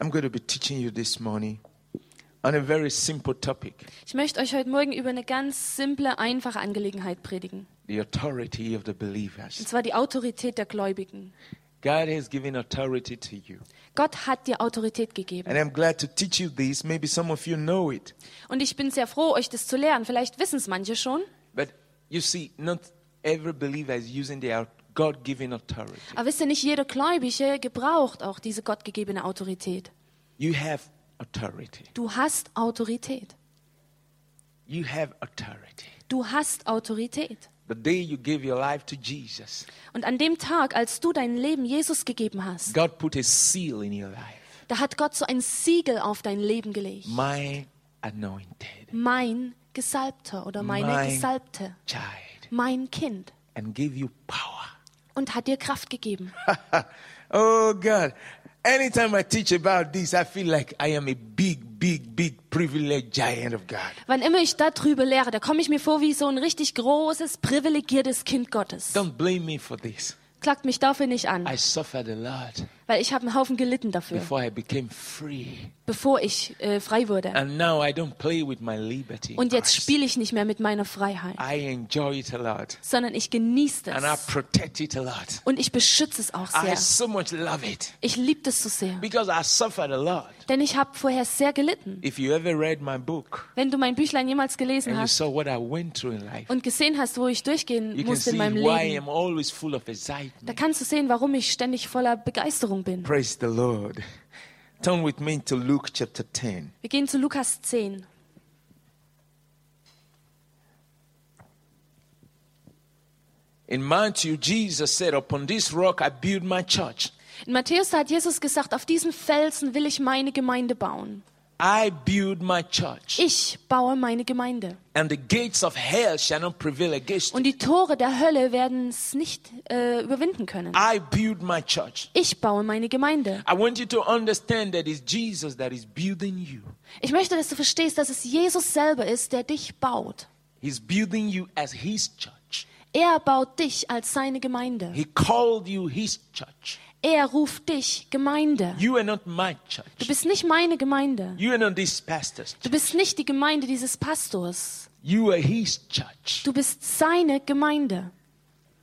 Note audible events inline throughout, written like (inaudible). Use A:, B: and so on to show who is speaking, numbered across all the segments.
A: I'm going to be teaching you this morning on a very simple topic
B: Ich möchte euch heute Morgen über eine ganz simple, einfache Angelegenheit predigen.
A: the authority of the
B: Und
A: believers.
B: zwar die Autorität der Gläubigen.
A: God has given authority to you.
B: Gott hat dir Autorität gegeben.
A: And I'm glad to teach you this. Maybe some of you know it.
B: Und ich bin sehr froh, euch das zu lernen. Vielleicht wissen es manche schon.
A: But you see, not every believer is using their God given authority.
B: Aber wisst ihr, nicht jeder Gläubige gebraucht auch diese gottgegebene Autorität.
A: You have authority.
B: Du hast Autorität.
A: You have authority.
B: Du hast Autorität.
A: The day you gave your life to Jesus,
B: Und an dem Tag, als du dein Leben Jesus gegeben hast,
A: God put a seal in your life.
B: da hat Gott so ein Siegel auf dein Leben gelegt.
A: My anointed,
B: Mein Gesalbter oder meine
A: Mein-
B: Gesalbte.
A: child,
B: Mein Kind.
A: and give you power.
B: Und hat dir Kraft gegeben.
A: (laughs) oh God. Anytime I teach about this, I feel like I am a big, big, big privileged giant of God.
B: Wann immer ich darüber lehre, da komme ich mir vor wie so ein richtig großes, privilegiertes Kind Gottes.
A: Don't blame me for this.
B: Klagt mich dafür nicht an,
A: I suffered a lot
B: weil ich habe einen Haufen gelitten dafür,
A: before I became free.
B: bevor ich äh, frei wurde.
A: And now I don't play with my liberty.
B: Und jetzt
A: Christ.
B: spiele ich nicht mehr mit meiner Freiheit,
A: I enjoy it a lot.
B: sondern ich genieße
A: And I
B: es.
A: protect it a lot.
B: Und ich beschütze es auch
A: I
B: sehr.
A: so much love it
B: Ich liebe das so sehr.
A: because I suffered a lot.
B: Denn ich habe vorher sehr gelitten.
A: If you ever read my book
B: Wenn du mein Büchlein jemals gelesen
A: and you
B: hast
A: saw what I went through in life,
B: und gesehen hast, wo ich durchgehen
A: you can
B: musste in
A: see
B: meinem
A: why I
B: Leben,
A: am always full of
B: da
A: excitement.
B: kannst du sehen, warum ich ständig voller Begeisterung bin.
A: Praise the Lord. Turn with me to Luke chapter 10.
B: Wir gehen zu Lukas 10.
A: In Matthew, Jesus said, Upon this rock I build my church.
B: In Matthäus da hat Jesus gesagt, auf diesen Felsen will ich meine Gemeinde bauen.
A: I build my church,
B: Ich baue meine Gemeinde.
A: and the gates of hell shall not prevail against it.
B: Und die Tore der Hölle werden es nicht äh, überwinden können.
A: I build my church.
B: Ich baue meine Gemeinde.
A: I want you to understand that it's Jesus that is building you.
B: Ich möchte, dass du verstehst, dass es Jesus selber ist, der dich baut.
A: He's building you as His church.
B: Er baut dich als seine Gemeinde.
A: He called you His church.
B: Er ruft dich Gemeinde.
A: You are not my
B: Du
A: church.
B: bist nicht meine Gemeinde.
A: You are not this pastor's.
B: Du bist nicht die Gemeinde dieses Pastors.
A: You are His church.
B: Du bist seine Gemeinde.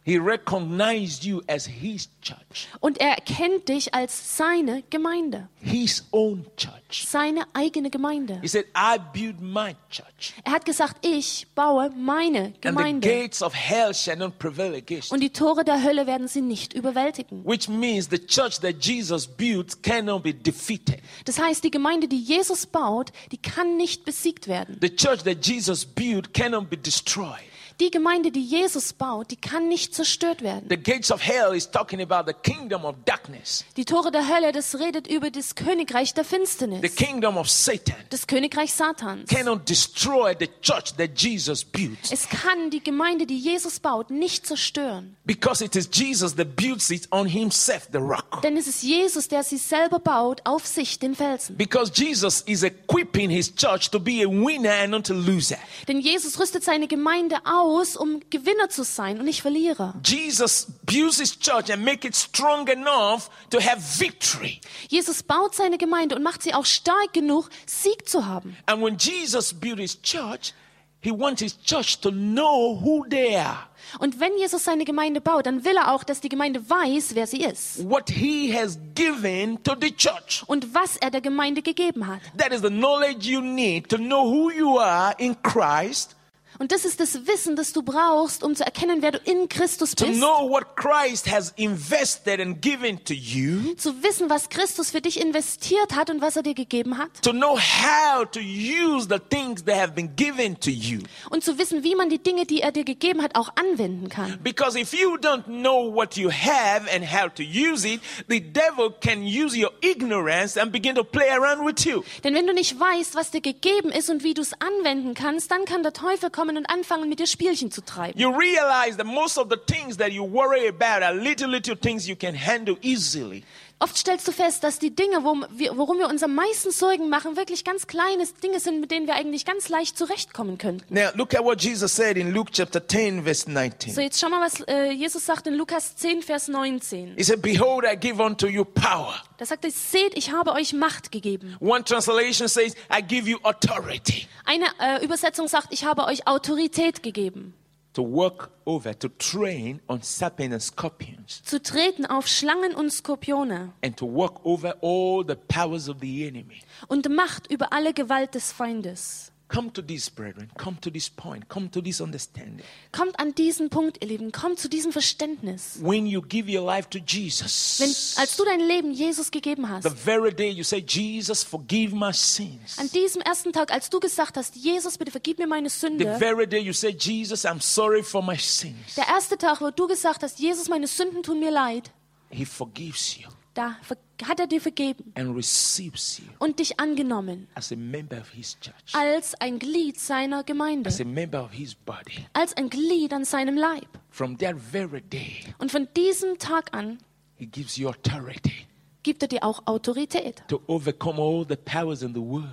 A: He recognized you as His church,
B: Und er erkennt dich als seine Gemeinde.
A: His own church.
B: Seine eigene Gemeinde.
A: He said, I build my church,
B: Er hat gesagt, ich baue meine
A: and the
B: Gemeinde
A: gates of hell shall not prevail against. it."
B: und die Tore der Hölle werden sie nicht überwältigen.
A: Which means the church that Jesus built cannot be defeated.
B: Das heißt, die Gemeinde, die Jesus baut, die kann nicht besiegt werden.
A: The church that Jesus built cannot be destroyed.
B: Die Gemeinde, die Jesus baut, die kann nicht zerstört werden.
A: The gates of hell is talking about the kingdom of darkness,
B: Die Tore der Hölle, das redet über das Königreich der
A: the
B: Finsternis,
A: kingdom of Satan.
B: das Königreich Satans.
A: Cannot destroy the church that Jesus built
B: Es kann die Gemeinde, die Jesus baut, nicht zerstören.
A: because it is Jesus that builds it on himself, the rock.
B: Denn es ist Jesus, der sie selber baut, auf sich, den Felsen.
A: Because Jesus is equipping his church to be a winner and not a loser.
B: Denn Jesus rüstet seine Gemeinde aus, um Gewinner zu sein und nicht Verlierer.
A: Jesus builds his church and make it strong enough to have victory.
B: Jesus baut seine Gemeinde und macht sie auch stark genug, Sieg zu haben.
A: And when Jesus built his church, he wants his church to know who they are,
B: Und wenn Jesus seine Gemeinde baut, dann will er auch, dass die Gemeinde weiß, wer sie ist
A: what he has given to the church.
B: und was er der Gemeinde gegeben hat.
A: That is the knowledge you need to know who you are in Christ,
B: Und das ist das Wissen, das du brauchst, um zu erkennen, wer du in Christus
A: to
B: bist,
A: know what Christ has invested and given to you,
B: zu wissen, was Christus für dich investiert hat und was er dir gegeben hat
A: to know how to use the things that have been given to you.
B: und zu wissen, wie man die Dinge, die er dir gegeben hat, auch anwenden kann.
A: Because if you don't know what you have and how to use it, the devil can use your ignorance and begin to play around with you.
B: Denn wenn du nicht weißt, was dir gegeben ist und wie du es anwenden kannst, dann kann der Teufel kommen und anfangen, mit dir Spielchen zu treiben.
A: You realize that most of the things that you worry about are little, little things you can handle easily.
B: Oft stellst du fest, dass die Dinge, worum wir, worum wir uns am meisten Sorgen machen, wirklich ganz kleine Dinge sind, mit denen wir eigentlich ganz leicht zurechtkommen könnten.
A: Now, look at what Jesus said in Luke chapter 10, verse 19.
B: So, jetzt schau mal, was äh, Jesus sagt in Lukas 10, Vers 19.
A: He said, Behold, I give unto you power.
B: Da sagt er, seht, ich habe euch Macht gegeben.
A: One translation says, I give you authority
B: Eine äh, Übersetzung sagt, ich habe euch Autorität gegeben.
A: to walk over, to train on serpents and scorpions,
B: Zu treten auf Schlangen und Skorpione
A: and to walk over all the powers of the enemy.
B: und Macht über alle Gewalt des Feindes.
A: Come to this, brethren. Come to this point. Come to this understanding.
B: Kommt an diesen Punkt, ihr Lieben, kommt zu diesem Verständnis.
A: When you give your life to
B: Wenn,
A: Jesus,
B: als du dein Leben Jesus gegeben
A: the
B: hast,
A: very day you say, Jesus, forgive my
B: an
A: sins.
B: diesem ersten Tag, als du gesagt hast, Jesus, bitte vergib mir meine
A: The
B: Sünde,
A: very day you say, Jesus, I'm sorry for my sins.
B: der erste Tag, wo du gesagt hast, Jesus, meine Sünden tun mir leid,
A: He forgives you
B: da ver- hat er dir vergeben
A: and receives you
B: und dich angenommen
A: as a member of his church,
B: als ein Glied seiner Gemeinde,
A: as a member of his body.
B: als ein Glied an seinem Leib.
A: From that very day,
B: Und von diesem Tag an
A: he gives you authority
B: gibt er dir auch Autorität,
A: to overcome all the powers in the world.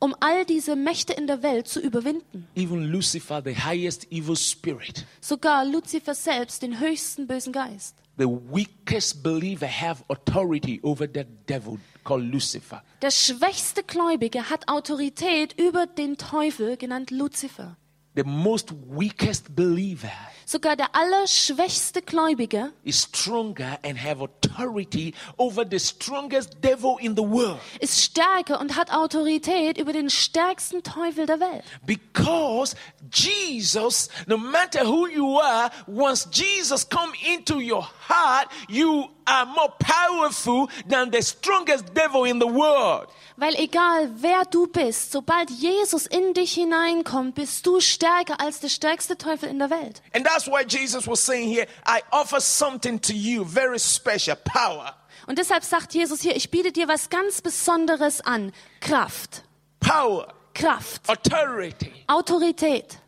B: um all diese Mächte in der Welt zu überwinden.
A: Even Lucifer, the highest evil spirit,
B: Sogar Luzifer selbst, den höchsten bösen Geist.
A: the weakest believer, have authority over that devil called Lucifer.
B: Der schwächste Gläubige hat Autorität über den Teufel, genannt Luzifer.
A: The most weakest believer
B: Sogar der allerschwächste Gläubige
A: is stronger and have authority over the strongest devil in the world
B: ist stärker und hat Autorität über den stärksten Teufel der Welt.
A: because Jesus no matter who you are once Jesus come into your heart you are more powerful than the strongest devil in the world
B: Weil egal wer du bist, sobald Jesus in dich hineinkommt, bist du stärker als der stärkste Teufel in der Welt.
A: and that's why Jesus was saying here I offer something to you very special power
B: Und deshalb sagt Jesus hier, ich biete dir was ganz Besonderes an. Kraft,
A: power
B: Kraft,
A: authority
B: Autorität.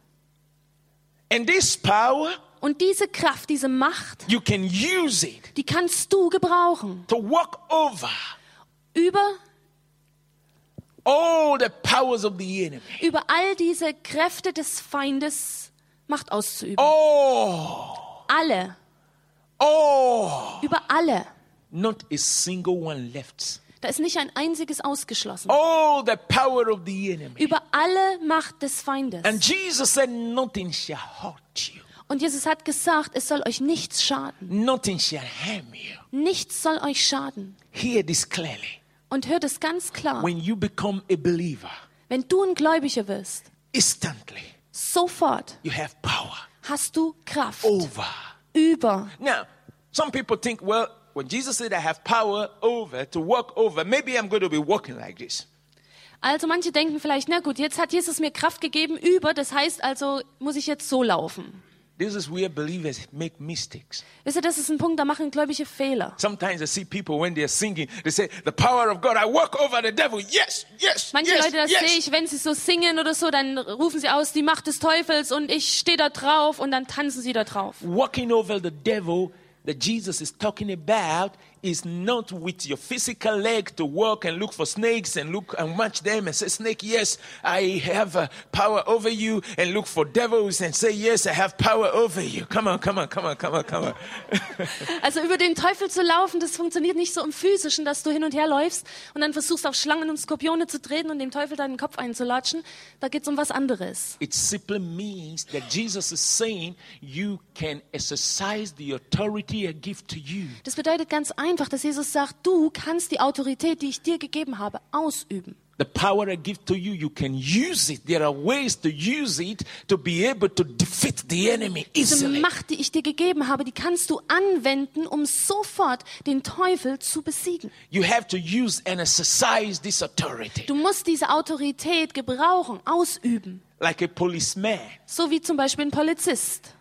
A: and this power
B: Und diese Kraft, diese Macht,
A: you can use it
B: die kannst du gebrauchen.
A: to walk over
B: Über,
A: all the powers of the enemy
B: über all diese Kräfte des Feindes Macht auszuüben.
A: all
B: Alle,
A: all
B: über alle.
A: not a single one left
B: Da ist nicht ein einziges ausgeschlossen.
A: all the power of the enemy.
B: Über alle Macht des
A: And
B: Feindes.
A: Jesus said, Nothing shall hurt you,
B: Und Jesus hat gesagt, es soll euch nichts schaden.
A: nothing shall harm you.
B: Nichts soll euch schaden.
A: Hear this clearly.
B: Und hört es ganz klar.
A: When you become a believer,
B: Wenn du ein Gläubiger wirst,
A: instantly
B: sofort
A: you have power
B: hast du Kraft
A: over.
B: über.
A: Now, some people think, well, when Jesus said, I have power over to walk over, maybe I'm going to be walking like this.
B: Also manche denken vielleicht, na gut, jetzt hat Jesus mir Kraft gegeben über, das heißt also, muss ich jetzt so laufen.
A: This is where believers make mistakes.
B: Wisst ihr, das ist ein Punkt, da machen Gläubige Fehler.
A: Sometimes I see people when they're singing, they say, The power of God, I walk over the devil. Yes, yes.
B: Manche
A: yes,
B: Leute, das
A: yes.
B: sehe ich, wenn sie so singen oder so, dann rufen sie aus, die Macht des Teufels und ich stehe da drauf und dann tanzen sie da drauf.
A: walking over the devil that Jesus is talking about is not with your physical leg to walk and look for snakes and look and match them and say, Snake, yes, I have uh, power over you, and look for devils and say, Yes, I have power over you. Come on, come on, come on, come on, come on. (laughs)
B: Also über den Teufel zu laufen, das funktioniert nicht so im Physischen, dass du hin und her läufst und dann versuchst, auf Schlangen und Skorpione zu treten und dem Teufel deinen Kopf einzulatschen. Da geht's um was anderes.
A: It simply means that Jesus is saying you can exercise the authority I give to you.
B: Das bedeutet ganz einfach, dass Jesus sagt, du kannst die Autorität, die ich dir gegeben habe, ausüben.
A: The power I give to you, you can use it. There are ways to use it to be able to defeat the enemy
B: Diese
A: easily.
B: Macht, die ich dir gegeben habe, die kannst du anwenden, um sofort den Teufel zu besiegen.
A: You have to use and exercise this authority.
B: Du musst diese Autorität gebrauchen, ausüben.
A: Like a policeman.
B: So wie zum Beispiel ein Polizist.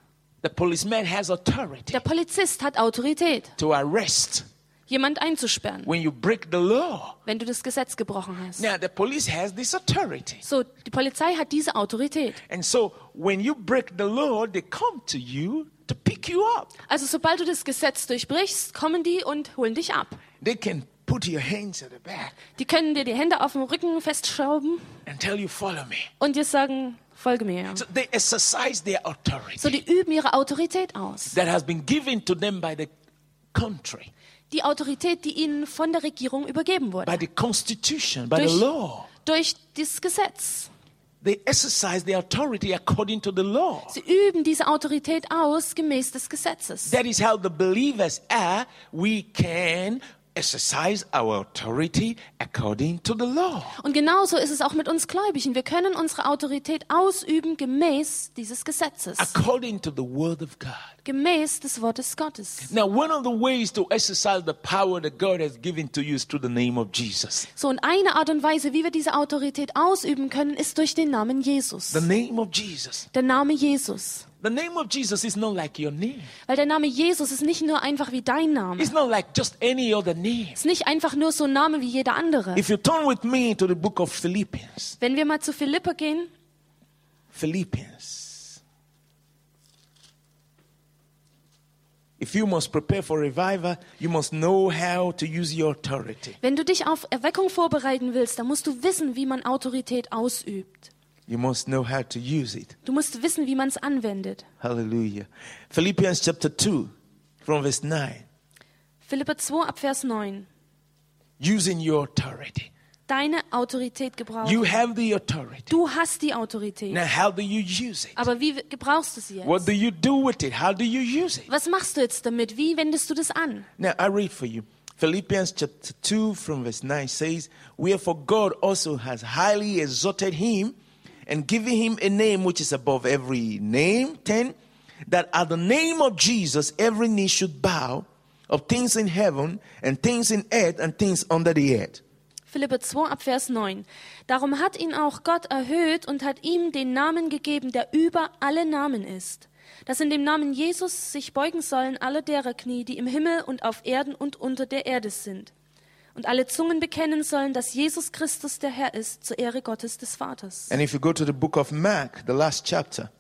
A: The policeman has authority
B: Der Polizist hat Autorität,
A: to arrest
B: jemand einzusperren,
A: when you break the law.
B: wenn du das Gesetz gebrochen hast.
A: Now, the police has this authority.
B: So, die Polizei hat diese Autorität.
A: And so, when you break the law, they come to you to pick you up.
B: Also sobald du das Gesetz durchbrichst, kommen die und holen dich ab.
A: They can put your hands at the back
B: Die können dir die Hände auf dem Rücken festschrauben
A: and tell you, follow me.
B: und dir sagen, folge mir.
A: So they exercise their
B: So,
A: authority
B: die üben ihre Autorität aus.
A: that has been given to them by the country,
B: Die Autorität, die ihnen von der Regierung übergeben
A: by
B: wurde.
A: the constitution, by the
B: Durch-
A: law.
B: Durch das Gesetz.
A: They exercise their authority according to the law.
B: Sie üben diese Autorität aus gemäß des Gesetzes.
A: That is how the believers are. We can exercise our authority according to the law.
B: Und genauso ist es auch mit uns Gläubigen. Wir können unsere Autorität ausüben gemäß dieses Gesetzes.
A: according to the word of God.
B: Gemäß des Wortes Gottes.
A: Now, one of the ways to exercise the power that God has given to you is through the name of Jesus.
B: So, und eine Art und Weise, wie wir diese Autorität ausüben können, ist durch den Namen Jesus.
A: The name of Jesus.
B: Der Name Jesus.
A: The name of Jesus is not like your name.
B: Weil der Name Jesus ist nicht nur einfach wie dein Name.
A: It's not like just any other name.
B: Ist nicht einfach nur so ein Name wie jeder andere.
A: If you turn with me to the book of Philippians,
B: Wenn wir mal zu Philippa gehen,
A: Philippians. If you must prepare for revival, you must know how to use your authority.
B: wenn du dich auf Erweckung vorbereiten willst, dann musst du wissen, wie man Autorität ausübt.
A: You must know how to use it.
B: Du musst wissen, wie man es anwendet.
A: Hallelujah. Philippians chapter 2, from verse 9.
B: Philippa 2 ab Vers 9.
A: using your authority.
B: Deine Autorität gebrauchen.
A: You have the authority.
B: Du hast die Autorität.
A: Now, how do you use it?
B: Aber wie gebrauchst du sie jetzt?
A: What do you do with it? How do you use it?
B: Was machst du jetzt damit? Wie wendest du das an?
A: Now, I read for you. Philippians chapter 2, from verse 9 says, Wherefore God also has highly exalted him and given him a name which is above every name. 10. That at the name of Jesus every knee should bow of things in heaven and things in earth and things under the earth.
B: Philippe 2 ab Vers 9. Darum hat ihn auch Gott erhöht und hat ihm den Namen gegeben, der über alle Namen ist. Dass in dem Namen Jesus sich beugen sollen alle derer Knie, die im Himmel und auf Erden und unter der Erde sind. Und alle Zungen bekennen sollen, dass Jesus Christus der Herr ist, zur Ehre Gottes des Vaters.
A: And if you go to the book of Mark, the last chapter,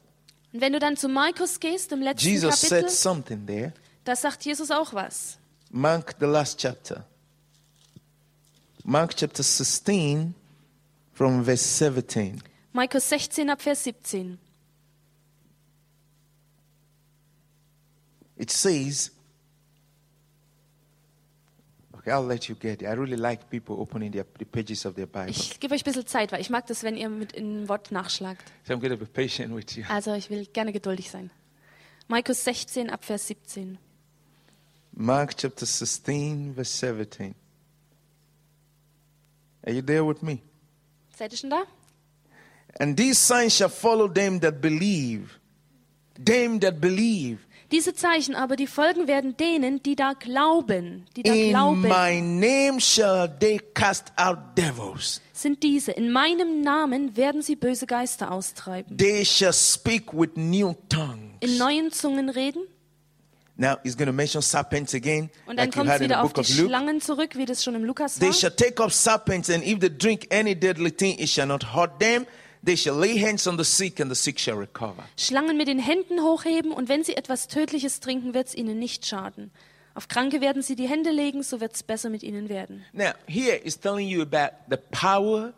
B: Und wenn du dann zu Markus gehst, im letzten
A: Jesus said
B: Kapitel,
A: something there.
B: da sagt Jesus auch was.
A: Mark, the last chapter. Mark chapter 16, from verse 17.
B: Markus 16 ab Vers 17.
A: It says, Okay, I'll let you get it. I really like people opening their, the pages of their (laughs) Bible.
B: Ich gebe euch ein bisschen Zeit, weil ich mag das, wenn ihr mit einem Wort nachschlagt.
A: So I'm going to be patient with you.
B: Also ich will gerne geduldig sein. Markus 16 ab Vers 17.
A: Mark chapter 16, verse 17. Are you there with me?
B: Seid ihr schon da?
A: And these signs shall follow them that believe. Them that believe.
B: Diese Zeichen aber, die folgen werden denen, die da glauben, die da
A: In
B: glauben,
A: my name shall they cast out devils.
B: sind diese. In meinem Namen werden sie böse Geister austreiben.
A: They shall speak with new tongues.
B: In neuen Zungen reden.
A: Now he's going to mention serpents again,
B: Und dann
A: like you
B: kommt es
A: had halt in the
B: wieder auf
A: book
B: die
A: of Luke.
B: Schlangen zurück, wie das schon im Lukas
A: They
B: war.
A: shall take up serpents, and if they drink any deadly thing, it shall not hurt them. They shall lay hands on the sick, and the sick shall recover.
B: Schlangen mit den Händen hochheben und wenn sie etwas Tödliches trinken, wird es ihnen nicht schaden. Auf Kranke werden sie die Hände legen, so wird es besser mit ihnen werden.
A: Now, here is telling you about the power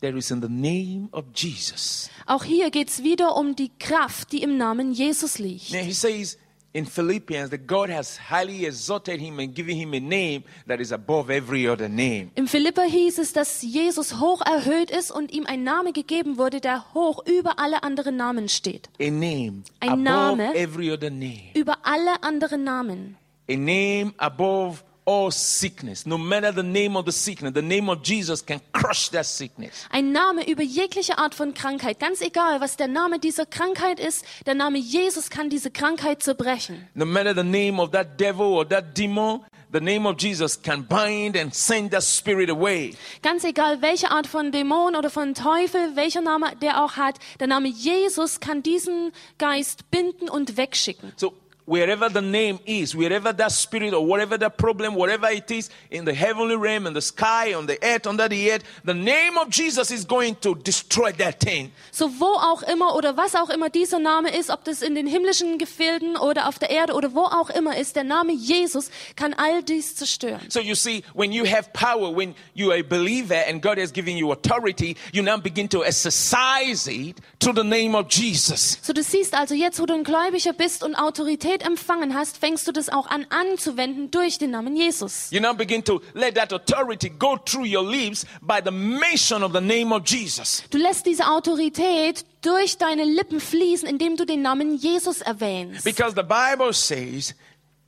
A: that is in the name of Jesus.
B: Auch hier geht es wieder um die Kraft, die im Namen Jesus liegt.
A: Now, he says in Philippians that God has highly exalted him and given him a name that is above every other name.
B: Im Philipper hieß es, dass Jesus hoch erhöht ist und ihm ein Name gegeben wurde, der hoch über alle anderen Namen steht.
A: A name
B: Ein
A: above
B: Name.
A: every other name.
B: Über alle anderen Namen.
A: a name above all sickness. No matter the name of the sickness, the name of Jesus can crush that sickness.
B: Ein Name über jegliche Art von Krankheit. Ganz egal, was der Name dieser Krankheit ist, der Name Jesus kann diese Krankheit zerbrechen.
A: No matter the name of that devil or that demon, the name of Jesus can bind and send that spirit away.
B: Ganz egal, welche Art von Dämon oder von Teufel, welcher Name der auch hat, der Name Jesus kann diesen Geist binden und wegschicken.
A: So wherever the name is, wherever that spirit or whatever that problem, whatever it is, in the heavenly realm, in the sky, on the earth, under the earth, the name of Jesus is going to destroy that thing.
B: So wo auch immer oder was auch immer dieser Name ist, ob das in den himmlischen Gefilden oder auf der Erde oder wo auch immer ist, der Name Jesus kann all dies zerstören.
A: So you see, when you have power, when you are a believer and God has given you authority, you now begin to exercise it through the name of Jesus.
B: So du siehst also jetzt, wo du ein Gläubiger bist und Autorität empfangen hast, fängst du das auch an anzuwenden durch den Namen Jesus.
A: You now begin to let that authority go through your lips by the mention of the name of Jesus.
B: Du lässt diese Autorität durch deine Lippen fließen, indem du den Namen Jesus erwähnst.
A: Because the Bible says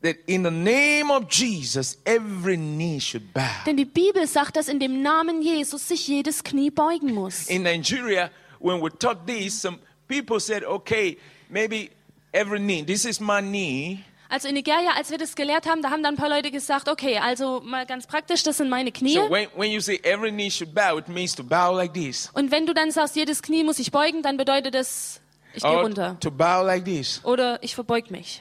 A: that in the name of Jesus, every knee should bow.
B: Denn die Bibel sagt, dass in dem Namen Jesus sich jedes Knie beugen muss.
A: In Nigeria, when we taught this, some people said, okay, maybe every knee, this is my knee,
B: Also in Nigeria, als wir das gelehrt haben, da haben dann ein paar Leute gesagt, okay, also mal ganz praktisch, das sind meine Knie.
A: So when, when you say every knee should bow, it means to bow like this.
B: Und wenn du dann sagst, jedes Knie muss ich beugen, dann bedeutet das, ich gehe
A: Or
B: runter.
A: to bow like this.
B: Oder ich verbeug mich.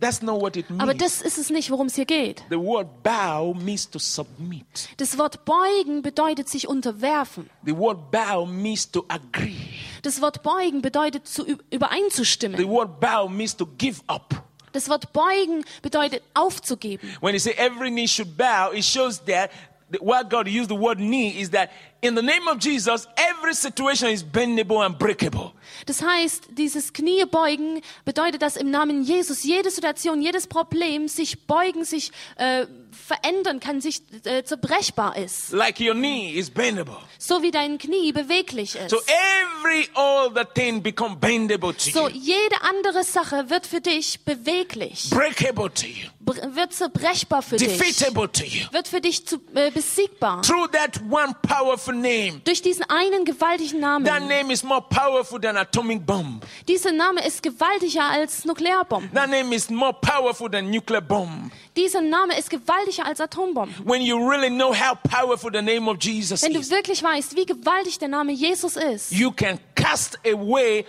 A: That's not what it means.
B: Aber das ist es nicht, worum es hier geht.
A: the word bow means to submit.
B: Das Wort beugen bedeutet sich unterwerfen.
A: The word bow means to agree.
B: Das Wort beugen bedeutet zu ü-
A: The
B: übereinzustimmen.
A: word bow means to give up.
B: Das Wort beugen bedeutet aufzugeben.
A: When you say every knee should bow, it shows that the- why God used the word knee is that in the name of Jesus, every situation is bendable and breakable.
B: Das heißt, dieses Kniebeugen bedeutet, dass im Namen Jesus jede Situation, jedes Problem sich beugen, sich äh, verändern kann, sich äh, zerbrechbar ist.
A: Like your knee is bendable.
B: So wie dein Knie beweglich ist.
A: So every all the thing become bendable to
B: So
A: you,
B: jede andere Sache wird für dich beweglich,
A: breakable to you,
B: br- wird zerbrechbar für dich,
A: defeatable to you.
B: wird für dich zu, äh, besiegbar.
A: through that one powerful name.
B: Durch diesen einen gewaltigen
A: That
B: Namen.
A: name is more powerful than atomic bomb.
B: Dieser Name ist gewaltiger als Nuklearbomben.
A: That name is more powerful than nuclear bomb.
B: Dieser Name ist gewaltiger als Atombomben.
A: When you really know how powerful the name of Jesus
B: Wenn du
A: is,
B: wirklich weißt, wie gewaltig der Name Jesus ist,
A: you can cast away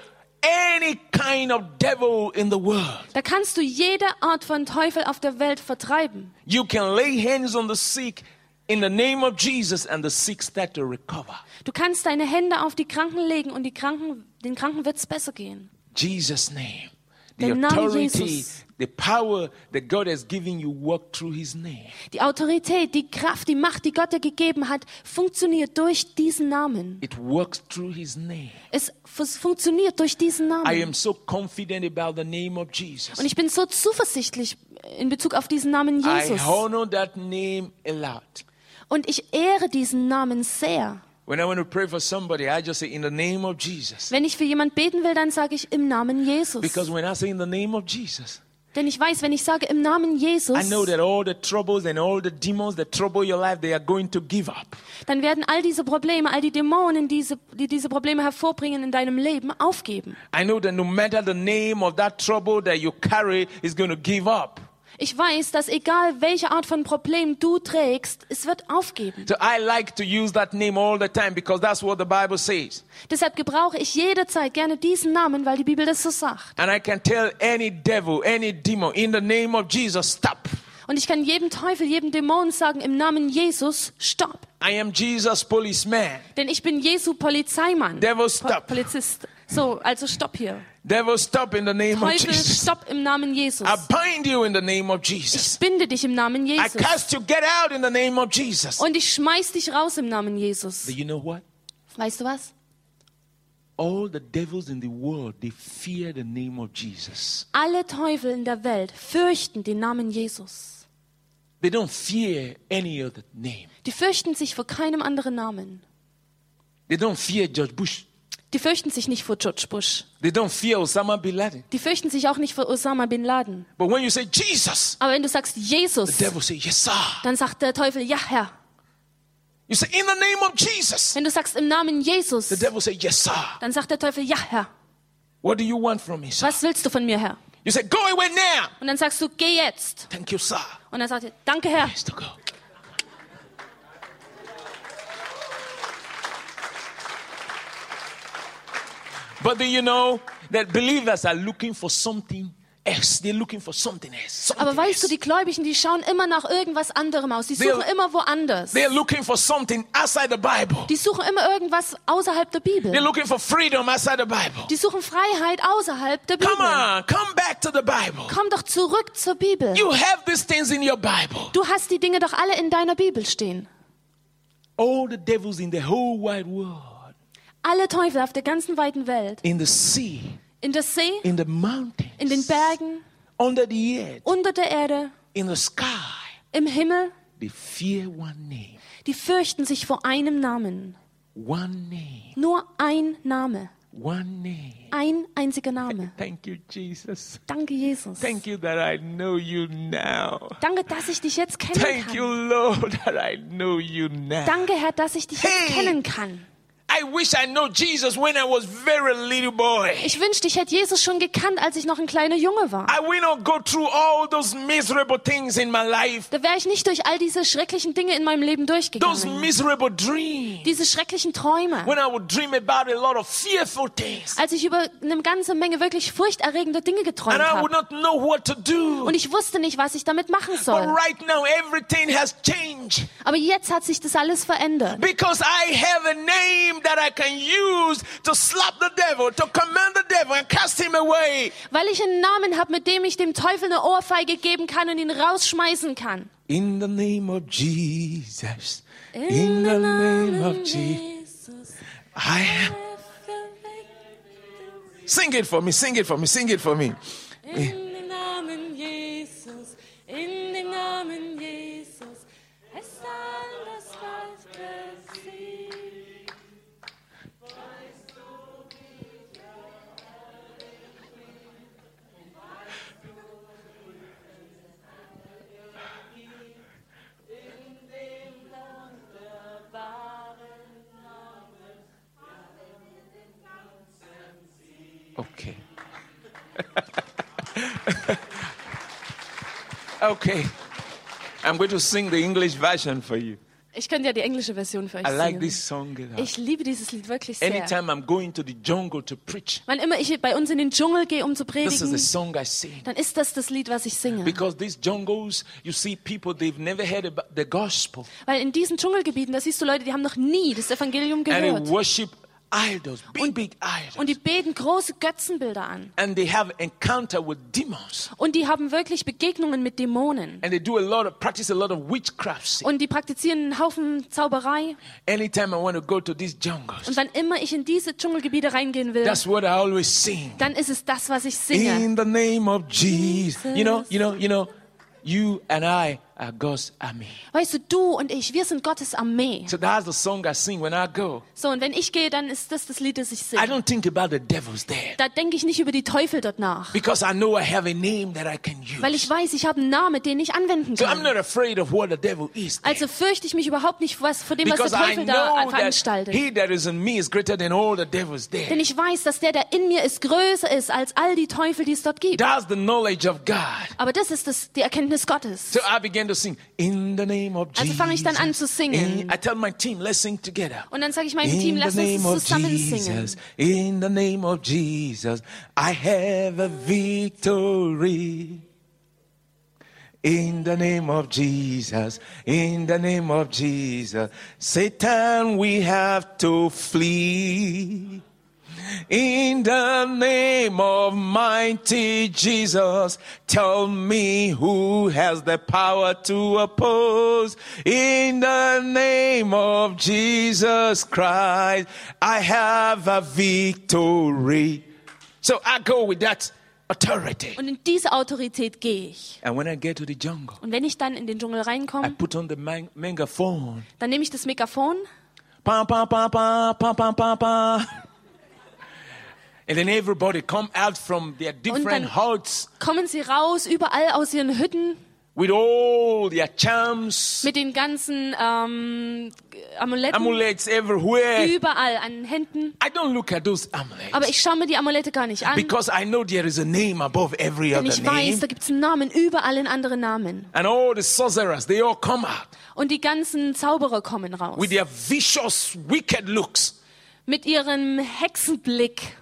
A: any kind of devil in the world.
B: da kannst du jede Art von Teufel auf der Welt vertreiben.
A: You can lay hands on the sick in the name of Jesus and the sick start to recover.
B: Du kannst deine Hände auf die Kranken legen und die Kranken, den Kranken wird's besser gehen.
A: Jesus name. The
B: Der Name
A: authority,
B: Jesus.
A: the power that God has given you work through his name.
B: Die Autorität, die Kraft, die Macht, die Gott dir gegeben hat, funktioniert durch diesen Namen.
A: It works through his name.
B: Es fun- funktioniert durch diesen
A: I
B: Namen.
A: am so confident about the name of Jesus.
B: Und ich bin so zuversichtlich in Bezug auf diesen Namen
A: I
B: Jesus.
A: honor that name a lot.
B: Und ich ehre diesen Namen sehr.
A: When I want to pray for somebody, I just say, in the name of Jesus.
B: Wenn ich für jemand beten will, dann sage ich im Namen
A: Because
B: Jesus.
A: when I say in the name of Jesus,
B: Denn ich weiß, wenn ich sage im Namen Jesus,
A: I know that all the troubles and all the demons that trouble your life, they are going to give up.
B: dann werden all diese Probleme, all die Dämonen, diese, die diese Probleme hervorbringen in deinem Leben, aufgeben.
A: I know that no matter the name of that trouble that you carry, is going to give up.
B: Ich weiß, dass egal welche Art von Problem du trägst, es wird aufgeben.
A: So I like to use that name all the time because that's what the Bible says.
B: Deshalb gebrauche ich jederzeit gerne diesen Namen, weil die Bibel das so sagt.
A: And I can tell any devil, any demon, in the name of Jesus, stop.
B: Und ich kann jedem Teufel, jedem Dämon sagen, im Namen Jesus, stopp.
A: I am Jesus' policeman.
B: Denn ich bin Jesu Polizeimann.
A: Devil,
B: Po
A: stop.
B: Polizist. So, also stopp hier.
A: Devil, stop in the name of
B: Teufel,
A: Jesus.
B: stopp im Namen Jesus.
A: I bind you in the name of Jesus.
B: Ich binde dich im Namen
A: I
B: Jesus.
A: cast you, get out in the name of Jesus.
B: Und ich schmeiß dich raus im Namen
A: Do
B: Jesus.
A: you know what?
B: Weißt du was?
A: All the devils in the world, they fear the name of Jesus.
B: Alle Teufel in der Welt fürchten den Namen Jesus.
A: They don't fear any other name.
B: Die fürchten sich vor keinem anderen Namen.
A: They don't fear George Bush.
B: Die fürchten sich nicht vor George Bush.
A: They don't fear Osama bin Laden.
B: Die fürchten sich auch nicht vor Osama bin Laden.
A: But when you say Jesus,
B: Aber wenn du sagst
A: the
B: Jesus,
A: devil says, Yes, sir.
B: dann sagt der Teufel, ja Herr.
A: You say, In the name of Jesus.
B: Wenn du sagst im Namen Jesus,
A: The devil says, Yes, sir.
B: dann sagt der Teufel, ja Herr.
A: What do you want from me, sir?
B: Was willst du von mir, Herr?
A: You say, Go away now.
B: Und dann sagst du, geh jetzt.
A: Thank you, sir.
B: Und dann sagt er, danke Herr.
A: Yes, to go. But do you know that believers are looking for something else. They're looking for something else. Something
B: Aber weißt du,
A: else.
B: die Gläubigen, die schauen immer nach irgendwas anderem aus. Die suchen
A: They're-
B: immer woanders.
A: They're looking for something outside the Bible.
B: Die suchen immer irgendwas außerhalb der
A: They're
B: Bibel.
A: looking for freedom outside the Bible.
B: Die suchen Freiheit außerhalb der
A: Come
B: Bibel.
A: on, come back to the Bible.
B: Komm doch zurück zur Bibel.
A: You have these things in your Bible.
B: Du hast die Dinge doch alle in deiner Bibel stehen.
A: All the devils in the whole wide world,
B: Alle Teufel auf der ganzen weiten Welt.
A: in the sea,
B: In der See,
A: in the mountains,
B: in den Bergen,
A: under the earth,
B: unter der Erde,
A: in the sky,
B: im Himmel.
A: they fear one name.
B: Die fürchten sich vor einem Namen.
A: One name.
B: Nur ein Name.
A: One name.
B: Ein einziger Name.
A: Thank you, Jesus.
B: Danke, Jesus.
A: Thank you that I know you now.
B: Danke, dass ich dich jetzt kennen
A: Thank you,
B: kann.
A: Lord, (laughs) that I know you now.
B: Danke, Herr, dass ich dich
A: Hey.
B: jetzt kennen kann.
A: I wish I know Jesus when I was very little boy.
B: Ich wünschte, ich hätte Jesus schon gekannt, als ich noch ein kleiner Junge war.
A: I will not go through all those miserable things in my life,
B: Da wäre ich nicht durch all diese schrecklichen Dinge in meinem Leben
A: those
B: durchgegangen.
A: miserable dreams.
B: Diese schrecklichen Träume.
A: When I would dream about a lot of fearful things,
B: Als ich über eine ganze Menge wirklich furchterregender Dinge geträumt
A: and I would
B: habe.
A: not know what to do.
B: Und ich wusste nicht, was ich damit machen
A: But
B: soll.
A: right now, everything has changed
B: Aber jetzt hat sich das alles verändert.
A: because I have a name that I can use to slap the devil, to command the devil, and cast him away.
B: Weil ich einen Namen habe, mit dem ich dem Teufel eine Ohrfeige geben kann und ihn rausschmeißen kann.
A: In the name of Jesus.
B: Jesus.
A: I am. Sing it for me, sing it for me, sing it for me.
B: In dem Namen Jesus, in dem Namen Jesus, es alles bald besiegt.
A: Okay. (laughs) okay. I'm going to sing the English version for you.
B: Ich könnte ja die englische Version für euch
A: I like
B: singen.
A: this song a lot.
B: Ich liebe dieses Lied wirklich sehr.
A: Anytime I'm going to the jungle to preach,
B: Wann immer ich bei uns in den Dschungel gehe, um zu
A: this is
B: predigen,
A: the song I sing.
B: dann ist das das Lied, was ich singe.
A: Because these jungles, you see people, they've never heard about the gospel.
B: Weil in diesen Dschungelgebieten, da siehst du Leute, die haben noch nie das Evangelium
A: And they
B: gehört.
A: worship idols, big, big
B: Und
A: idols.
B: die beten große Götzenbilder an.
A: And they have encounter with demons.
B: Und die haben wirklich Begegnungen mit Dämonen.
A: And they do a lot of, practice a lot of witchcrafts.
B: Und die praktizieren einen Haufen Zauberei.
A: Anytime I want to go to these jungles,
B: Und wann immer ich in diese Dschungelgebiete reingehen will,
A: that's what I always sing.
B: dann ist es das, was ich singe.
A: In the name of Jesus. You know, you know, you know, you and I are God's army.
B: Weißt du, du und ich, wir sind Gottes Armee.
A: So that's the song I sing when I go.
B: So, und wenn ich gehe, dann ist das das Lied, das ich
A: I
B: singe.
A: don't think about the devils there
B: Da denke ich nicht über die Teufel dort nach.
A: because I know I have a name that I can
B: Weil
A: use.
B: ich weiß, ich habe einen Namen, den ich anwenden
A: So I'm
B: kann.
A: not afraid of what the devil is. there.
B: Also fürchte ich mich überhaupt nicht was, vor dem, was der
A: Because I
B: Teufel da
A: know that
B: veranstaltet.
A: he that is in me is greater than all the devils there.
B: Denn ich weiß, dass der, der in mir ist, größer ist als all die Teufel, die es dort gibt.
A: That's the knowledge of God.
B: Aber das ist das, die Erkenntnis Gottes.
A: So I began to sing in the name of
B: Also
A: Jesus.
B: fange ich dann an zu singen.
A: In- I tell my team, let's sing together.
B: Und dann sage ich meinem Team,
A: In the
B: lass uns
A: name
B: das
A: of
B: zusammen singen.
A: Jesus, in the name of Jesus, I have a victory. In the name of Jesus, in the name of Jesus, Satan, we have to flee. In the name of mighty Jesus, tell me who has the power to oppose. In the name of Jesus Christ, I have a victory. So I go with that authority.
B: Und in diese Autorität gehe ich.
A: And when I get to the jungle,
B: Und wenn ich dann in den Dschungel
A: I
B: reinkomme,
A: put on the man- megaphone.
B: dann nehme ich das Megafon
A: Pa, pa, pa, pa, pa, pa, pa, pa. (laughs) And then everybody come out from their different
B: dann-
A: huts
B: kommen sie raus, überall aus ihren Hütten,
A: with all their charms,
B: mit den ganzen ähm, Amuletten,
A: amulets everywhere.
B: überall an den Händen.
A: I don't look at those
B: Aber
A: amulets
B: ich schaue mir die Amulette gar nicht an,
A: because I know there is a name above every
B: denn
A: other
B: ich weiß,
A: name.
B: da gibt es einen Namen, überall einen anderen Namen.
A: And all the sorcerers, they all come out
B: Und die ganzen Zauberer kommen raus.
A: with their vicious, wicked looks.
B: Mit ihrem Hexenblick.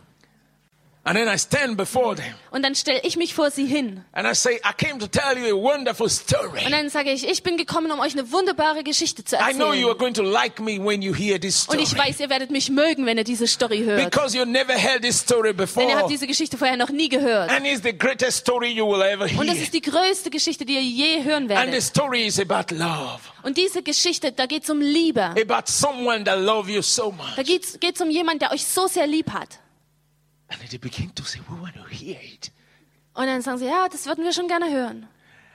A: And then I stand before them
B: Und dann stelle ich mich vor sie hin.
A: and I say, I came to tell you a wonderful story.
B: Und dann sage ich, ich bin gekommen, um euch eine wunderbare Geschichte zu
A: I know you are
B: erzählen.
A: going to like me when you hear Oh, this
B: Und
A: story.
B: ich weiß, ihr werdet mich mögen, wenn ihr diese Story hört.
A: Because you never heard this story
B: Denn ihr
A: before.
B: habt diese Geschichte vorher noch nie gehört.
A: And it's the greatest story you will ever
B: Und das
A: hear.
B: ist die größte Geschichte, die ihr je hören
A: And the
B: werdet.
A: story is about love.
B: Und diese Geschichte, da geht es um Liebe.
A: About someone that loves you so much.
B: Da geht es um jemanden, der euch so sehr lieb hat.
A: And they begin to say, We want to hear it.
B: Und dann sagen sie, ja, das würden wir schon gerne hören.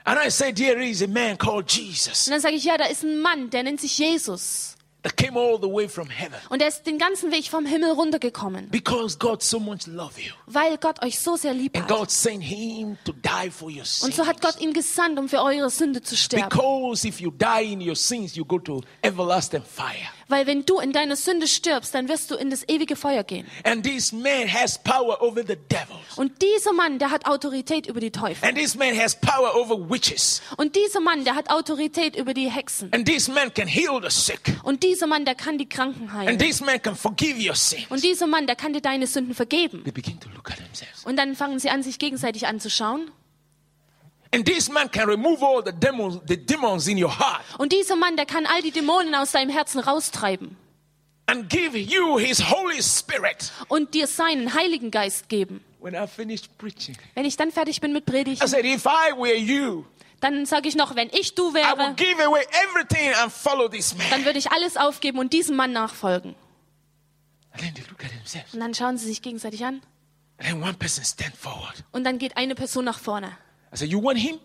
A: And I said, There is a man called Jesus
B: Und dann sage ich, ja, da ist ein Mann, der nennt sich Jesus.
A: that came all the way from heaven
B: Und der ist den ganzen Weg vom Himmel runtergekommen,
A: because God so much loved you.
B: weil Gott euch so sehr lieb
A: And
B: hat.
A: God sent him to die for your
B: Und
A: sins.
B: so hat Gott ihn gesandt, um für eure Sünde zu sterben.
A: Because if you die in your sins, you go to everlasting fire.
B: Weil wenn du in deine Sünde stirbst, dann wirst du in das ewige Feuer gehen.
A: And this man has power over the devils.
B: Und dieser Mann, der hat Autorität über die Teufel.
A: And this man has power over witches.
B: Und dieser Mann, der hat Autorität über die Hexen.
A: And this man can heal the sick.
B: Und dieser Mann, der kann die Kranken
A: And
B: heilen.
A: this man can forgive your sin.
B: Und dieser Mann, der kann dir deine Sünden vergeben.
A: They begin to look at themselves.
B: Und dann fangen sie an, sich gegenseitig anzuschauen.
A: And this man can remove all the demons, the demons in your heart
B: Und dieser Mann, der kann all die Dämonen aus deinem Herzen raustreiben
A: and give you his Holy Spirit.
B: und dir seinen Heiligen Geist geben.
A: When I finished preaching,
B: Wenn ich dann fertig bin mit
A: I
B: Predigen,
A: said, if I were you,
B: dann sage ich noch, wenn ich du
A: I would
B: wäre,
A: give away everything and follow this man.
B: dann würde ich alles aufgeben und diesem Mann nachfolgen.
A: And then they look at themselves.
B: Und dann schauen sie sich gegenseitig an
A: And then one person stand forward.
B: und dann geht eine Person nach vorne.
A: I said, you want him?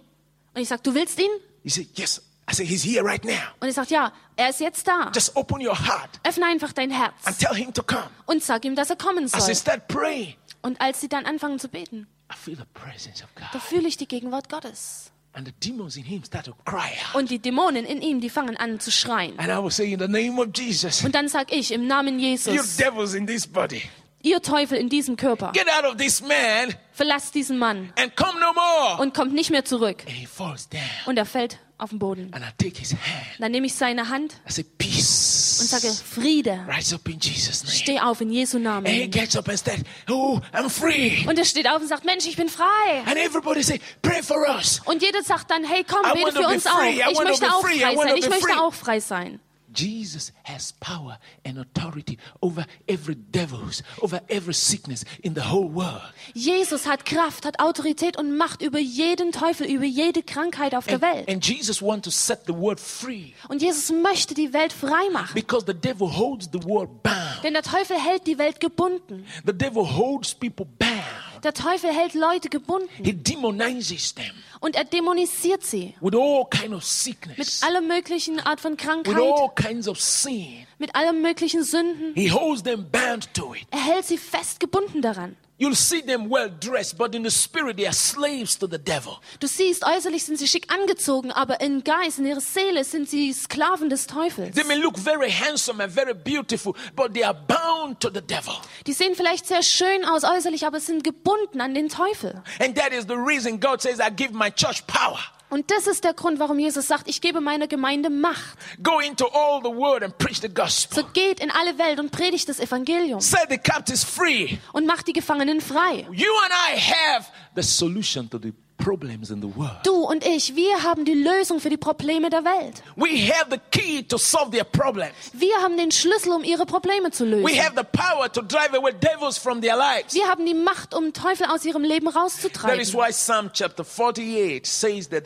B: Und ich sage, du willst ihn?
A: He said, yes. I said, he's here right now.
B: Und ich sage, ja, er ist jetzt da.
A: Just open your heart
B: Öffne einfach dein
A: and
B: Herz
A: tell him to come.
B: und sag ihm, dass er kommen
A: As I
B: soll.
A: start praying,
B: Und als sie dann anfangen zu beten,
A: I feel the presence of
B: da
A: God.
B: fühle ich die Gegenwart Gottes.
A: And the demons in him start to cry out.
B: Und die Dämonen in ihm, die fangen an zu schreien.
A: And I will say, in the name of Jesus,
B: Und dann sag ich im Namen
A: you
B: Jesus,
A: devils in this body,
B: ihr Teufel in diesem Körper,
A: get out of this man
B: verlasst diesen Mann
A: and come no more.
B: und kommt nicht mehr zurück.
A: And he falls down.
B: Und er fällt auf den Boden.
A: And I take his hand.
B: Dann nehme ich seine Hand
A: I say,
B: und sage,
A: peace.
B: Friede,
A: Rise up in Jesus' name.
B: steh auf in Jesu
A: And he
B: Namen.
A: gets up and says, oh, I'm free.
B: Und er steht auf und sagt, Mensch, ich bin frei.
A: And everybody say, pray for us.
B: Und jeder sagt dann, hey, komm,
A: I
B: bete
A: wanna
B: für
A: be
B: uns
A: free,
B: auf.
A: I
B: Ich
A: wanna be
B: möchte auch
A: free, I
B: frei
A: wanna
B: sein. Ich
A: be free.
B: möchte auch frei sein.
A: Jesus has power and authority over every devils, over every sickness in the whole world.
B: Jesus hat Kraft, hat Autorität und Macht über jeden Teufel, über jede Krankheit auf der
A: And,
B: Welt.
A: and Jesus wants to set the world free
B: Und Jesus möchte die Welt frei machen.
A: because the devil holds the world bound.
B: Denn der Teufel hält die Welt gebunden.
A: The devil holds people bound.
B: Der Teufel hält Leute gebunden.
A: He demonizes them
B: Und er dämonisiert sie.
A: with all kind of
B: Mit
A: sickness,
B: aller möglichen Art von
A: with
B: Krankheit,
A: all kinds of sin.
B: mit allen möglichen Sünden.
A: He holds them bound to it.
B: Er hält sie fest gebunden daran.
A: You'll see them well dressed, but in the spirit they are slaves to the devil.
B: Du siehst, äußerlich sind sie schick angezogen, aber in Geist, in ihrer Seele sind sie Sklaven des Teufels.
A: They may look very handsome and very beautiful, but they are bound to the devil.
B: Die sehen vielleicht sehr schön aus äußerlich, aber sind gebunden an den Teufel.
A: And that is the reason God says, I give my church power.
B: Und das ist der Grund, warum Jesus sagt, ich gebe meiner Gemeinde Macht.
A: Go into all the world and preach the
B: So
A: gospel.
B: geht in alle Welt und predigt das Evangelium
A: Set the captives free.
B: und macht die Gefangenen frei.
A: You and I have the solution to the problems in the world.
B: Du und ich, wir haben die Lösung für die Probleme der Welt.
A: We have the key to solve their problems.
B: Wir haben den Schlüssel, um ihre Probleme zu
A: We
B: lösen.
A: have the power to drive away devils from their lives.
B: Wir haben die Macht, um Teufel aus ihrem Leben
A: That is
B: rauszutreiben.
A: why Psalm chapter 48 says that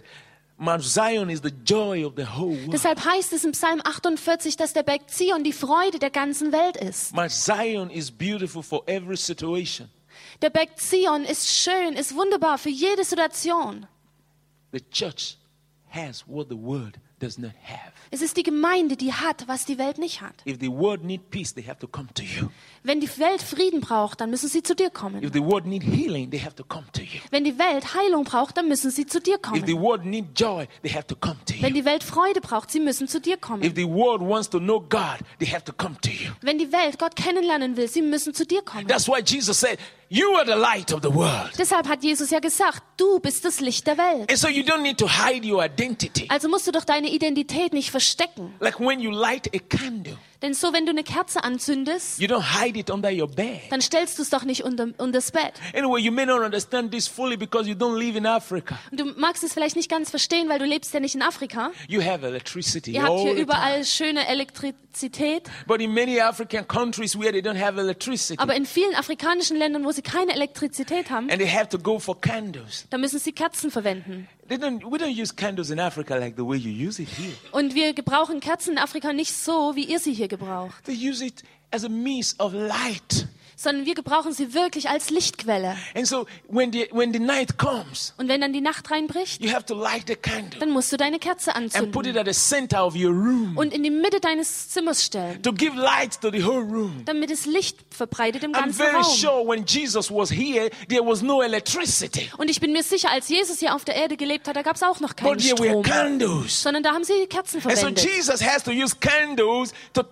A: Mount Zion is the joy of the whole world.
B: Deshalb heißt es im Psalm 48, dass der Berg Zion die Freude der ganzen Welt ist.
A: Mount Zion is beautiful for every situation.
B: Der Berg Zion ist schön, ist wunderbar für jede Situation.
A: The church has what the world does not have.
B: Es ist die Gemeinde, die hat, was die Welt nicht hat.
A: If the world need peace, they have to come to you.
B: Wenn die Welt Frieden braucht, dann müssen sie zu dir kommen.
A: If the world need healing, they have to come to you.
B: Wenn die Welt Heilung braucht, dann müssen sie zu dir
A: If the
B: kommen.
A: world need joy, they have to come to
B: Wenn
A: you.
B: die Welt Freude braucht, sie müssen zu dir
A: If
B: kommen.
A: the world wants to know God, they have to come to you.
B: Wenn die Welt Gott kennenlernen will, sie müssen zu dir kommen.
A: That's why Jesus said, "You are the light of the world."
B: Deshalb hat Jesus ja gesagt, du bist das Licht der Welt.
A: And so you don't need to hide your identity.
B: Also musst du doch deine Identität nicht verstecken.
A: Like when you light a candle,
B: Denn so, wenn du eine Kerze anzündest,
A: You don't hide it under your bed.
B: dann stellst du es doch nicht unter, unter das Bett.
A: Anyway, you may not understand this fully because you don't live in Africa.
B: Und du magst es vielleicht nicht ganz verstehen, weil du lebst ja nicht in Afrika.
A: You have electricity
B: Ihr habt
A: all
B: hier
A: the time.
B: überall schöne Elektrizität.
A: But in many African countries where they don't have electricity
B: Aber in vielen afrikanischen Ländern, wo sie keine Elektrizität haben,
A: and they have to go for candles.
B: da müssen sie Kerzen verwenden.
A: They don't, we don't use candles in Africa like the way you use it here.
B: Und wir gebrauchen Kerzen in Afrika nicht so, wie ihr sie hier gebraucht,
A: They use it as a means of light.
B: sondern wir gebrauchen sie wirklich als Lichtquelle.
A: And so when the, when the night comes,
B: Und wenn dann die Nacht reinbricht,
A: you have to light the candle
B: dann musst du deine Kerze
A: and put
B: anzünden
A: it at the center of your room
B: und in die Mitte deines Zimmers stellen,
A: to give light to the whole room.
B: damit es Licht verbreitet im
A: I'm
B: ganzen
A: very
B: Raum.
A: sure when Jesus was here, there was no electricity.
B: Und ich bin mir sicher, als Jesus hier auf der Erde gelebt hat, da gab es auch noch keinen
A: But here we have
B: Strom,
A: candles.
B: sondern da haben sie Kerzen
A: And so
B: verwendet.
A: Jesus has to use candles to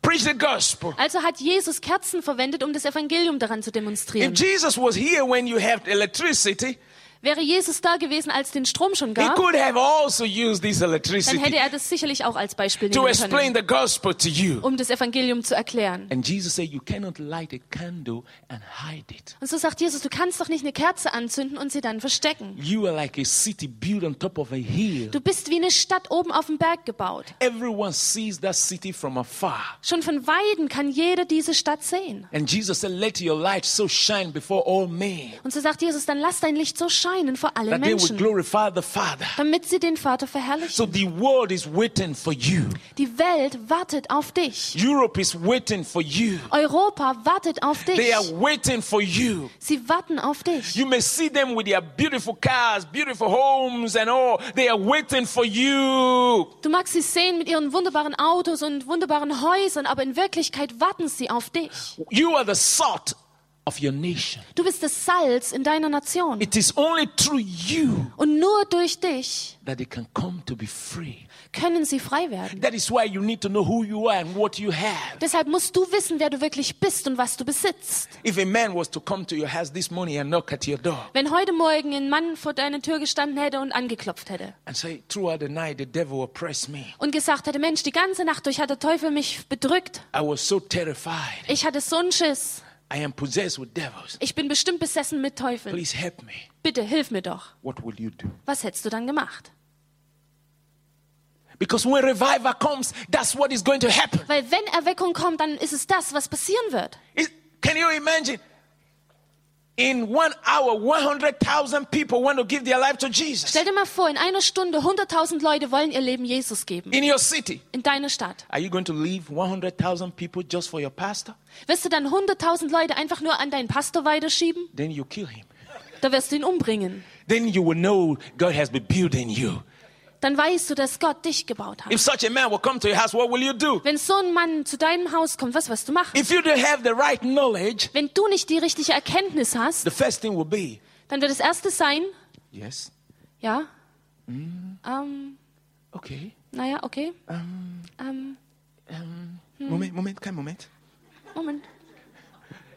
A: preach the gospel.
B: Also hat Jesus Kerzen verwendet, um das Evangelium daran zu
A: If
B: demonstrieren.
A: Jesus was here when you have electricity,
B: Wäre Jesus da gewesen, als es den Strom schon
A: he
B: gab,
A: could have also used this
B: dann hätte
A: electricity
B: er das sicherlich auch als Beispiel
A: to
B: nehmen
A: explain
B: können,
A: the gospel to you.
B: um das Evangelium zu erklären.
A: And Jesus said, You cannot light a candle and hide it.
B: Und so sagt Jesus, du kannst doch nicht eine Kerze anzünden und sie dann verstecken.
A: You are like a city built on top of a hill.
B: Du bist wie eine Stadt oben auf dem Berg gebaut.
A: Everyone sees that city from afar.
B: Schon von Weiden kann jeder diese Stadt sehen.
A: And Jesus said, Let your light so shine before all men
B: Und so sagt Jesus, dann lass dein Licht so scheinen vor allen
A: that they will
B: Menschen,
A: glorify the Father.
B: damit sie den Vater
A: So
B: verherrlichen.
A: the world is waiting for you.
B: Die Welt wartet auf dich.
A: Europe is waiting for you.
B: Europa wartet auf
A: They
B: dich.
A: are waiting for you.
B: Sie warten auf dich.
A: You may see them with their beautiful cars, beautiful homes, and all. They are waiting for you.
B: Du magst sie sehen mit ihren wunderbaren Autos und wunderbaren Häusern, aber in Wirklichkeit warten sie auf dich.
A: You are the salt of your nation.
B: Du bist das Salz in deiner Nation.
A: It is only through you
B: Und nur durch dich
A: that they can come to be free.
B: können sie frei werden.
A: That is why you need to know who you are and what you have.
B: Deshalb musst du wissen, wer du wirklich bist und was du besitzt.
A: If a man was to come to your house this morning and knock at your door
B: Wenn heute Morgen ein Mann vor deiner Tür gestanden hätte und angeklopft hätte
A: and say, Throughout the night, the devil oppressed me,
B: und gesagt hätte, Mensch, die ganze Nacht durch hat der Teufel mich bedrückt.
A: I was so terrified.
B: Ich hatte so einen Schiss.
A: I am possessed with devils.
B: Ich bin bestimmt besessen mit Teufeln.
A: Please help me.
B: Bitte hilf mir doch.
A: What will you do?
B: Was hättest du dann gemacht?
A: Because when revival comes, that's what is going to happen.
B: Weil wenn Erweckung kommt, dann ist es das, was passieren wird.
A: It- can you imagine? In one hour, 100,000 people want to give their life to Jesus
B: Stell dir mal vor, in einer Stunde 100.000 Leute wollen ihr Leben Jesus geben.
A: in your city.
B: In deiner Stadt.
A: Are you going to leave 100,000 people just for your pastor?
B: Wirst du dann 100.000 Leute einfach nur an deinen Pastor weiterschieben?
A: Then you kill him.
B: Da wirst du ihn umbringen.
A: Then you will know God has been building you.
B: Dann weißt du, dass Gott dich gebaut hat.
A: If such a man will come to your house, what will you do?
B: Wenn so ein Mann zu deinem Haus kommt, was wirst du machen?
A: If you don't have the right knowledge,
B: Wenn du nicht die richtige Erkenntnis hast,
A: the first thing will be
B: dann wird das Erste sein,
A: yes,
B: ja, ähm,
A: okay.
B: naja, okay, ähm,
A: Moment, Moment, kein Moment.
B: Moment.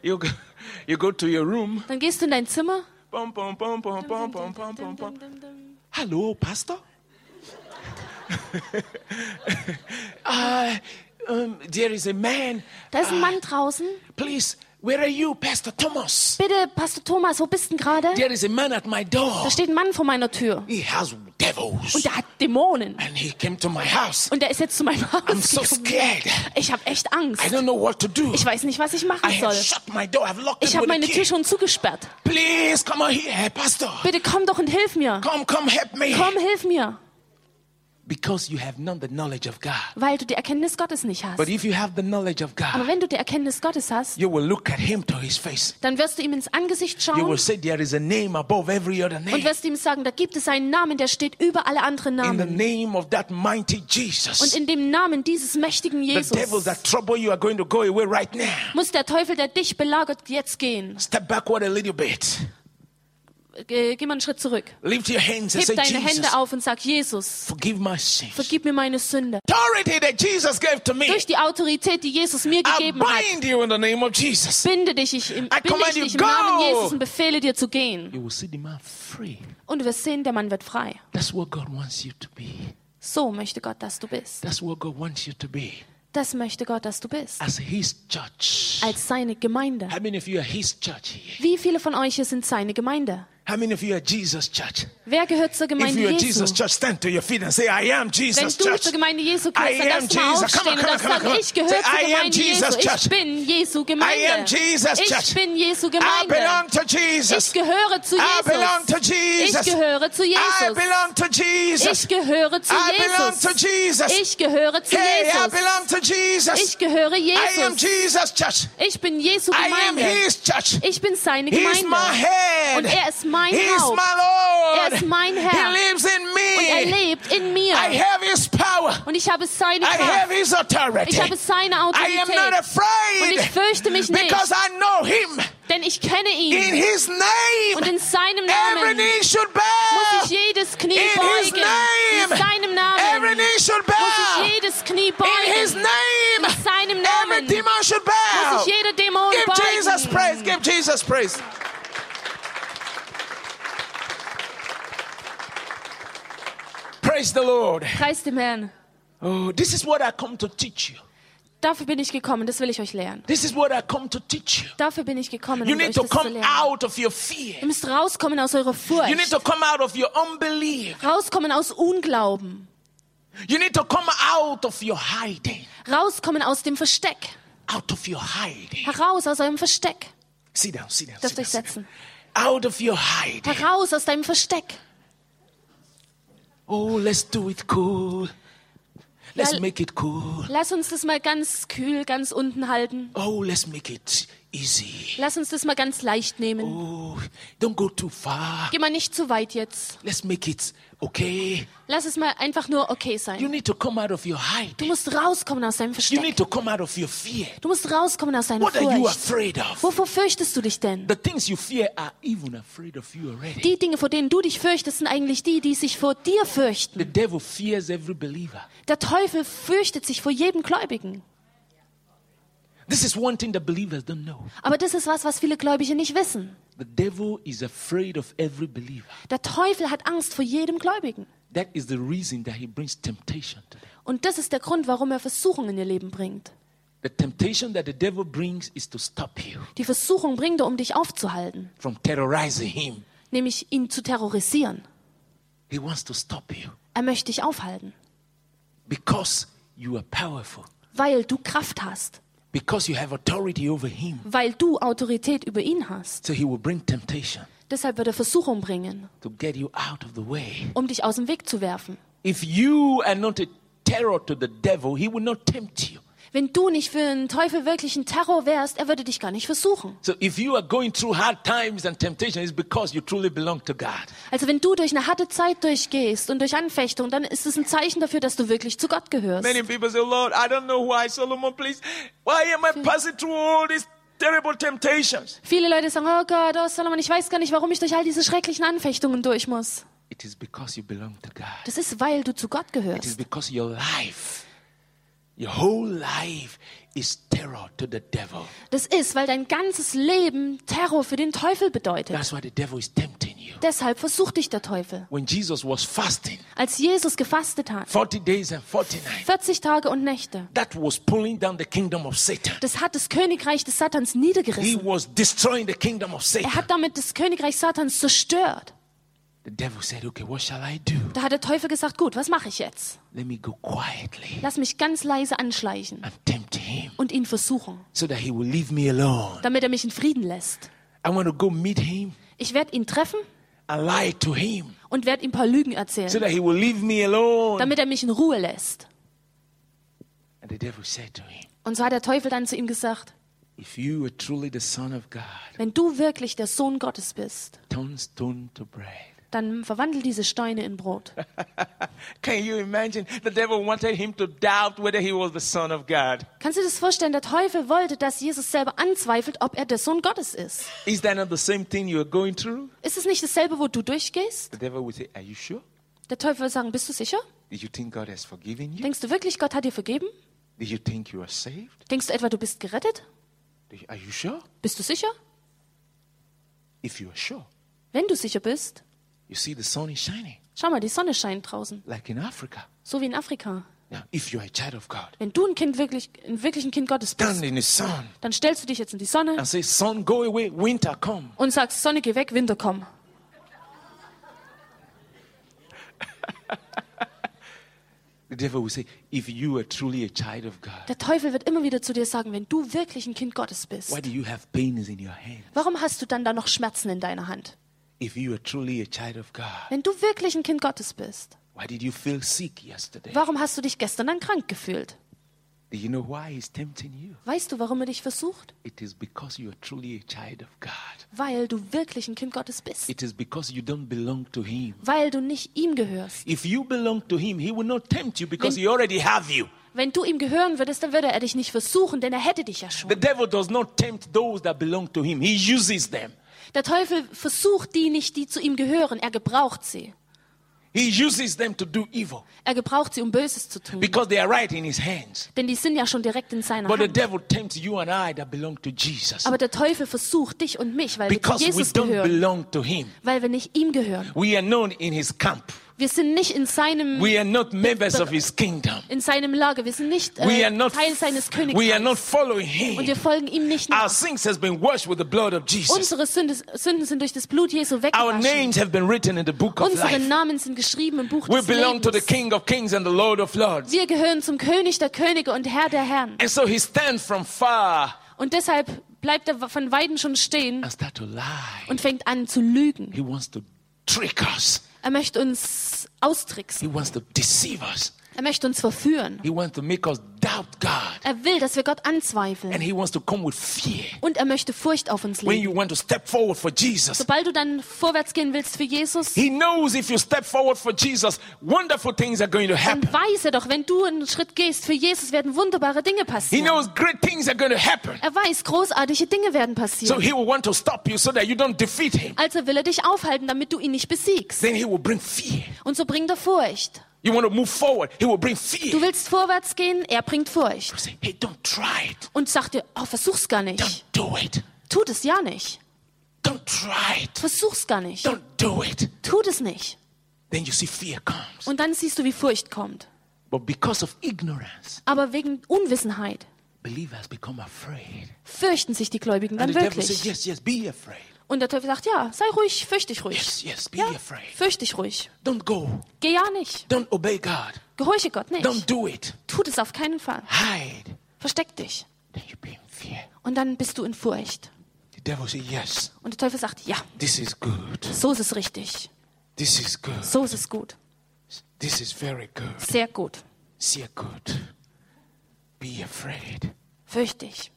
A: You go, (laughs) you go to your room.
B: Dann gehst du in dein Zimmer.
A: Pom, pom, pom, pom, pom, pom, pom, pom, pom. Hallo, Pastor? (laughs) uh, um, there is a man. uh,
B: Da ist ein Mann draußen.
A: Please, where are you, Pastor Thomas?
B: Bitte, Pastor Thomas, wo bist denn gerade?
A: There is a man at my door.
B: Da steht ein Mann vor meiner Tür.
A: He has
B: Und
A: devils.
B: der hat Dämonen.
A: And he came to my house.
B: Und der ist jetzt zu meinem
A: I'm
B: Haus
A: so
B: gekommen.
A: scared.
B: Ich habe echt
A: I
B: Angst.
A: don't know what to do.
B: Ich weiß nicht, was ich
A: I
B: machen
A: have
B: soll.
A: shut my door. I've locked
B: Ich
A: it
B: habe
A: with a
B: meine Tür
A: key.
B: schon zugesperrt.
A: Please come on here, Pastor.
B: Bitte komm doch und hilf mir.
A: Come, come, help me.
B: Komm, hilf mir.
A: Because you have not the knowledge of God.
B: Weil du die Erkenntnis Gottes nicht hast.
A: But if you have the knowledge of
B: Aber
A: God,
B: wenn du die Erkenntnis Gottes hast,
A: you will look at him to his face.
B: dann wirst du ihm ins Angesicht
A: You will
B: schauen
A: say there is a name above every other
B: Oh. und
A: name.
B: wirst ihm sagen, da gibt es einen Namen, der steht über alle anderen
A: In the
B: Namen.
A: name of that mighty
B: Und
A: Jesus,
B: in dem Namen dieses mächtigen
A: the devils
B: Jesus
A: that trouble you are going to go away right now.
B: muss der Teufel, der dich belagert, jetzt gehen.
A: Step backward a little bit.
B: Ge- Geh mal einen Schritt zurück.
A: Lift your hands and say,
B: Heb deine Hände
A: Jesus,
B: auf und sag, Jesus,
A: forgive my sins.
B: vergib mir meine Sünde.
A: Authority that Jesus gave to me,
B: Durch die Autorität, die Jesus mir
A: I
B: gegeben hat,
A: bind you in the name of Jesus.
B: binde dich, ich,
A: I
B: im- binde
A: command
B: ich
A: you,
B: dich im
A: go!
B: Namen Jesus und befehle dir zu gehen.
A: You will see the man free.
B: Und du wirst sehen, der Mann wird frei.
A: That's what God wants you to be.
B: So möchte Gott, dass du bist.
A: That's what God wants you to be.
B: Das möchte Gott, dass du bist.
A: as His church.
B: Als seine Gemeinde.
A: How many of you are His church here?
B: Wie viele von euch hier sind seine Gemeinde?
A: How many of you are Jesus' church?
B: Wer gehört zur
A: If
B: Gemeinde
A: you are
B: Jesu?
A: Jesus' church, stand to your feet and say, I am
B: Wenn
A: Jesus'
B: du
A: church.
B: zur Gemeinde Jesu
A: I
B: gehörst, dann
A: am
B: darfst du mal
A: Jesus. Come
B: aufstehen
A: on,
B: und
A: come on,
B: darfst
A: come on, come
B: sagen,
A: on.
B: ich gehöre zur
A: Say, I am
B: Gemeinde
A: Jesus'
B: Jesu. Ich
A: church.
B: bin Jesu
A: I am Jesus' church.
B: Gemeinde. Ich bin Jesu
A: I belong
B: Gemeinde.
A: to
B: Ich
A: Jesus.
B: gehöre zu
A: I belong to
B: Jesus.
A: Jesus.
B: Ich gehöre zu
A: I
B: Jesus.
A: belong to Jesus.
B: Ich gehöre
A: I belong to Jesus.
B: zu Jesus. Ich gehöre zu
A: Hey, I
B: Jesus.
A: belong to Jesus.
B: Ich gehöre
A: I am
B: Jesus.
A: Jesus' church.
B: Ich bin Jesu
A: I am
B: Gemeinde.
A: His church.
B: Ich bin seine
A: He's
B: Gemeinde.
A: my head.
B: Und er ist mein
A: He's
B: Haupt.
A: my Lord.
B: Er ist mein
A: He
B: Herr.
A: lives in me.
B: Und er lebt in
A: I
B: mir.
A: have His power.
B: Und ich habe seine
A: I have
B: Kraft.
A: His authority.
B: Ich habe seine
A: I am
B: Autorität.
A: not afraid.
B: Und ich fürchte mich nicht.
A: Because I know Him.
B: Denn ich kenne
A: In
B: ihn.
A: His name.
B: Und in seinem
A: every
B: Namen
A: knee should
B: muss
A: bow.
B: ich jedes Knie
A: In His
B: beugen. In
A: name.
B: seinem
A: Every
B: Namen
A: knee should
B: muss
A: bow.
B: ich jedes Knie
A: In His
B: beugen.
A: name.
B: In seinem
A: Every
B: Namen
A: demon should bow.
B: muss ich jede Dämon
A: Give Jesus praise. Give
B: beugen.
A: Jesus praise. Praise the Lord.
B: Preis dem Herrn.
A: Oh, this is what I come to teach you.
B: Dafür bin ich gekommen, das will ich euch lehren.
A: This is what I come to teach you.
B: Dafür bin ich gekommen,
A: You
B: um
A: need
B: euch
A: to
B: das zu
A: come
B: lehren.
A: out of your fear.
B: Ihr müsst rauskommen aus eurer
A: You need
B: Furcht.
A: to come out of your unbelief.
B: Rauskommen aus Unglauben.
A: You need to come out of your hiding.
B: Rauskommen aus dem Versteck.
A: Out of your hiding.
B: Heraus aus eurem Versteck.
A: Sit down, sit down. Sit
B: Dürft
A: down,
B: euch
A: sit down.
B: setzen.
A: Out of your hiding.
B: Heraus aus deinem Versteck.
A: Oh, let's do it cool. Let's
B: Weil-
A: make it cool.
B: Lass uns das mal ganz kühl, ganz unten halten.
A: Oh, let's make it easy.
B: Lass uns das mal ganz leicht nehmen.
A: Oh, don't go too far.
B: Geh mal nicht zu weit jetzt.
A: Let's make it okay.
B: Lass es mal einfach nur okay
A: You
B: sein.
A: need to come out of your
B: Du
A: hiding.
B: musst rauskommen aus deinem
A: You
B: Versteck.
A: need to come out of your fear.
B: Du musst rauskommen aus deiner
A: What are you
B: Furcht.
A: afraid of?
B: Wovor fürchtest du dich denn?
A: The things you fear are even afraid of you already.
B: Die Dinge, vor denen du dich fürchtest, sind eigentlich die, die sich vor dir fürchten.
A: The devil fears every believer.
B: Der Teufel fürchtet sich vor jedem Gläubigen.
A: This is one thing the believers don't know.
B: Aber das ist was, was viele Gläubige nicht wissen.
A: The devil is afraid of every believer.
B: Der Teufel hat Angst vor jedem Gläubigen.
A: That is the reason that he brings temptation to them.
B: Und das ist der Grund, warum er Versuchungen in ihr Leben bringt.
A: The temptation that the devil brings is to stop you
B: Die Versuchung bringt er, um dich aufzuhalten,
A: from terrorizing him.
B: nämlich ihn zu terrorisieren.
A: He wants to stop you
B: Er möchte dich aufhalten,
A: because you are powerful,
B: weil du Kraft hast,
A: because you have authority over him.
B: weil du Autorität über ihn hast.
A: So he will bring temptation
B: Deshalb wird er Versuchung bringen,
A: to get you out of the way.
B: um dich aus dem Weg zu werfen.
A: If you are not a terror to the devil, he will not tempt you.
B: Wenn du nicht für den Teufel wirklich ein Terror wärst, er würde dich gar nicht versuchen.
A: So if you are going through hard times and temptation, it's because you truly belong to God.
B: Also wenn du durch eine harte Zeit durchgehst und durch Anfechtung, dann ist es ein Zeichen dafür, dass du wirklich zu Gott gehörst.
A: Many people say, Lord, I don't know why. Solomon, please, why am I passing through all these terrible temptations?
B: Viele Leute sagen, oh Gott, oh Solomon, ich weiß gar nicht, warum ich durch all diese schrecklichen Anfechtungen durch muss.
A: It is because you belong to God.
B: Das ist, weil du zu Gott
A: It is
B: gehörst.
A: because your life, your whole life is terror to the devil.
B: Das ist, weil dein ganzes Leben Terror für den Teufel bedeutet.
A: That's why the devil is tempting you.
B: Deshalb versucht dich der Teufel.
A: When Jesus was fasting
B: Als Jesus gefastet hat,
A: 40 days and 40 nights,
B: 40 Tage und Nächte,
A: that was pulling down the kingdom of Satan.
B: das hat das Königreich des Satans
A: He
B: niedergerissen.
A: was destroying the kingdom of
B: Er
A: Satan.
B: hat damit das Königreich Satans zerstört.
A: The devil said, Okay, what shall I do?
B: Da hat der Teufel gesagt, gut, was mache ich jetzt?
A: Let me go quietly
B: Lass mich ganz leise anschleichen
A: and tempt him
B: und ihn versuchen,
A: so that he will leave me alone.
B: damit er mich in Frieden lässt.
A: I want to go meet him
B: Ich werde ihn treffen
A: and lie to him
B: und werde ihm ein paar Lügen
A: so
B: erzählen,
A: that he will leave me alone.
B: damit er mich in Ruhe lässt.
A: And the devil said to him,
B: Und so hat der Teufel dann zu ihm gesagt,
A: If you are truly the Son of God,
B: wenn du wirklich der Sohn Gottes bist,
A: turn stone to bread.
B: dann verwandel diese Steine in Brot.
A: Can you imagine? The devil wanted him to doubt whether he was the Son of God.
B: Kannst du dir das vorstellen? Der Teufel wollte, dass Jesus selber anzweifelt, ob er der Sohn Gottes ist.
A: Is that not the same thing you are going through?
B: Ist es nicht dasselbe, wo du durchgehst?
A: The devil will say, Are you sure?
B: Der Teufel wird sagen, bist du sicher?
A: Did you think God has forgiven you?
B: Denkst du wirklich, Gott hat dir vergeben?
A: Did you think you are saved?
B: Denkst du etwa, du bist gerettet?
A: Do you- Are you sure?
B: Bist du sicher?
A: If you are sure,
B: Wenn du sicher bist,
A: you see the sun is shining,
B: schau mal, die Sonne scheint draußen.
A: like in Africa.
B: So wie in Afrika.
A: Now, if you are a child of God,
B: Wenn du ein Kind wirklich, ein wirklich ein Kind Gottes bist,
A: stand in the sun
B: dann stellst du dich jetzt in die Sonne
A: and say, Sun, go away, winter, come.
B: und sagst, Sonne, geh weg, Winter, komm.
A: The devil will say, If you are truly a child of God,
B: Der Teufel wird immer wieder zu dir sagen, wenn du wirklich ein Kind Gottes bist,
A: why do you have pains in your hand?
B: warum hast du dann da noch Schmerzen in deiner Hand?
A: If you are truly a child of God,
B: Wenn du wirklich ein Kind Gottes bist,
A: why did you feel sick yesterday?
B: warum hast du dich gestern dann krank gefühlt?
A: Do you know why he's tempting you?
B: Weißt du, warum er dich versucht?
A: It is because you are truly a child of God.
B: Weil du wirklich ein Kind Gottes bist.
A: It is because you don't belong to him.
B: Weil du nicht ihm gehörst.
A: If you belong to him, he will not tempt you because he already have you.
B: Wenn du ihm gehören würdest, dann würde er dich nicht versuchen, denn er hätte dich ja
A: The
B: schon.
A: devil does not tempt those that belong to him. He uses them.
B: Der Teufel versucht die nicht, die zu ihm gehören. Er gebraucht sie.
A: He uses them to do evil
B: Er gebraucht sie, um Böses zu tun.
A: because they are right in his hands.
B: Denn die sind ja schon direkt in seiner
A: But the
B: Hand.
A: devil tempts you and I that belong to Jesus
B: Aber der Teufel versucht dich und mich, weil wir zu
A: because we
B: Jesus
A: don't
B: gehören.
A: belong to him.
B: Weil wir nicht ihm gehören.
A: We are known in his camp.
B: Wir sind nicht in seinem,
A: We are not members of his kingdom.
B: in seinem Lager. Wir sind nicht
A: We
B: äh,
A: are not
B: Teil seines
A: we are
B: Königreichs.
A: not following
B: Und
A: him.
B: wir folgen ihm nicht
A: Our
B: nach.
A: sins has been washed with the blood of Jesus.
B: Unsere Sünde, Sünden sind durch das Blut Jesu
A: Our
B: weggewaschen.
A: names have been written in the book of
B: Unsere
A: life.
B: Namen sind geschrieben im Buch
A: We
B: des
A: belong to the
B: Lebens.
A: King of Kings and the Lord of Lords.
B: Wir gehören zum König der Könige und Herr der Herren.
A: And so he stands from far
B: Und deshalb bleibt er von Weiden schon stehen
A: and start to lie.
B: und fängt an zu lügen.
A: He wants to trick us.
B: Er möchte uns
A: He
B: austricksen.
A: wants to deceive us.
B: Er möchte uns verführen.
A: He wants to make us doubt God.
B: Er will, dass wir Gott
A: And
B: anzweifeln.
A: he wants to come with fear.
B: Und er möchte Furcht auf uns
A: When
B: legen.
A: you want to step forward for Jesus,
B: Sobald du dann vorwärts gehen willst für Jesus,
A: he knows if you step forward for Jesus, wonderful things are going to
B: dann
A: happen.
B: weiß er doch, wenn du einen Schritt gehst für Jesus, werden wunderbare Dinge
A: He
B: passieren.
A: knows great things are going to happen.
B: Er weiß, großartige Dinge werden
A: So
B: passieren.
A: he will want to stop you so that you don't defeat him.
B: Also will er dich aufhalten, damit du ihn nicht besiegst.
A: Then he will bring fear.
B: Und so bringt er Furcht.
A: You want to move forward, he will bring
B: Du
A: fear.
B: willst vorwärts gehen, er bringt Furcht.
A: Say, hey, don't try it.
B: Und sagt dir, oh, versuch's gar nicht.
A: Don't do it.
B: Tut es ja nicht.
A: Don't try it.
B: Versuch's gar nicht.
A: Don't do it.
B: Tut es nicht.
A: Then you see fear comes.
B: Und dann siehst du, wie Furcht kommt.
A: But because of ignorance,
B: Aber wegen Unwissenheit
A: believers become afraid.
B: fürchten sich die Gläubigen
A: And
B: dann
A: the devil says,
B: wirklich.
A: yes, yes, be afraid.
B: Und der Teufel sagt, ja, sei ruhig, fürcht dich ruhig.
A: Yes, yes, be
B: Ja,
A: afraid.
B: fürcht dich ruhig.
A: Don't go.
B: Geh ja nicht.
A: Don't obey God.
B: Gehorche Gott
A: Don't
B: nicht.
A: do it.
B: Tut es auf keinen Fall.
A: Hide.
B: Versteck dich.
A: Then you be in fear.
B: Und dann bist du in Furcht.
A: The devil says, yes,
B: Und der Teufel sagt, ja,
A: this is good.
B: so ist es richtig.
A: This is good.
B: So ist es gut.
A: This is very good.
B: Sehr gut.
A: See good. Be afraid.
B: Fürcht dich.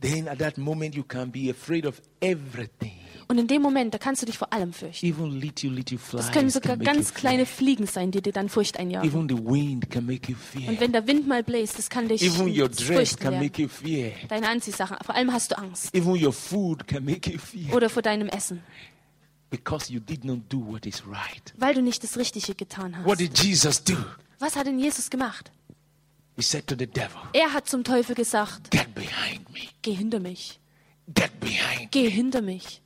A: Then at that moment you can be afraid of everything.
B: Und in dem Moment, da kannst du dich vor allem fürchten.
A: Even little little flies
B: Es können sogar
A: can make you
B: ganz
A: fear.
B: kleine Fliegen sein, die dir dann Furcht einjagen.
A: Even the wind can make you fear.
B: Und wenn der Wind mal bläst, das kann dich
A: Even your
B: ins
A: dress
B: Fürchten
A: can
B: lehren.
A: make you fear.
B: Deine Anziehsachen. Vor allem hast du Angst.
A: Even your food can make you fear
B: Oder vor deinem Essen.
A: because you did not do what is right.
B: Weil du nicht das Richtige getan
A: What
B: hast.
A: did Jesus do?
B: Was hat denn Jesus gemacht?
A: He said to the devil,
B: Er hat zum Teufel gesagt,
A: Get behind me.
B: geh hinter mich.
A: Get behind.
B: Geh hinter mich.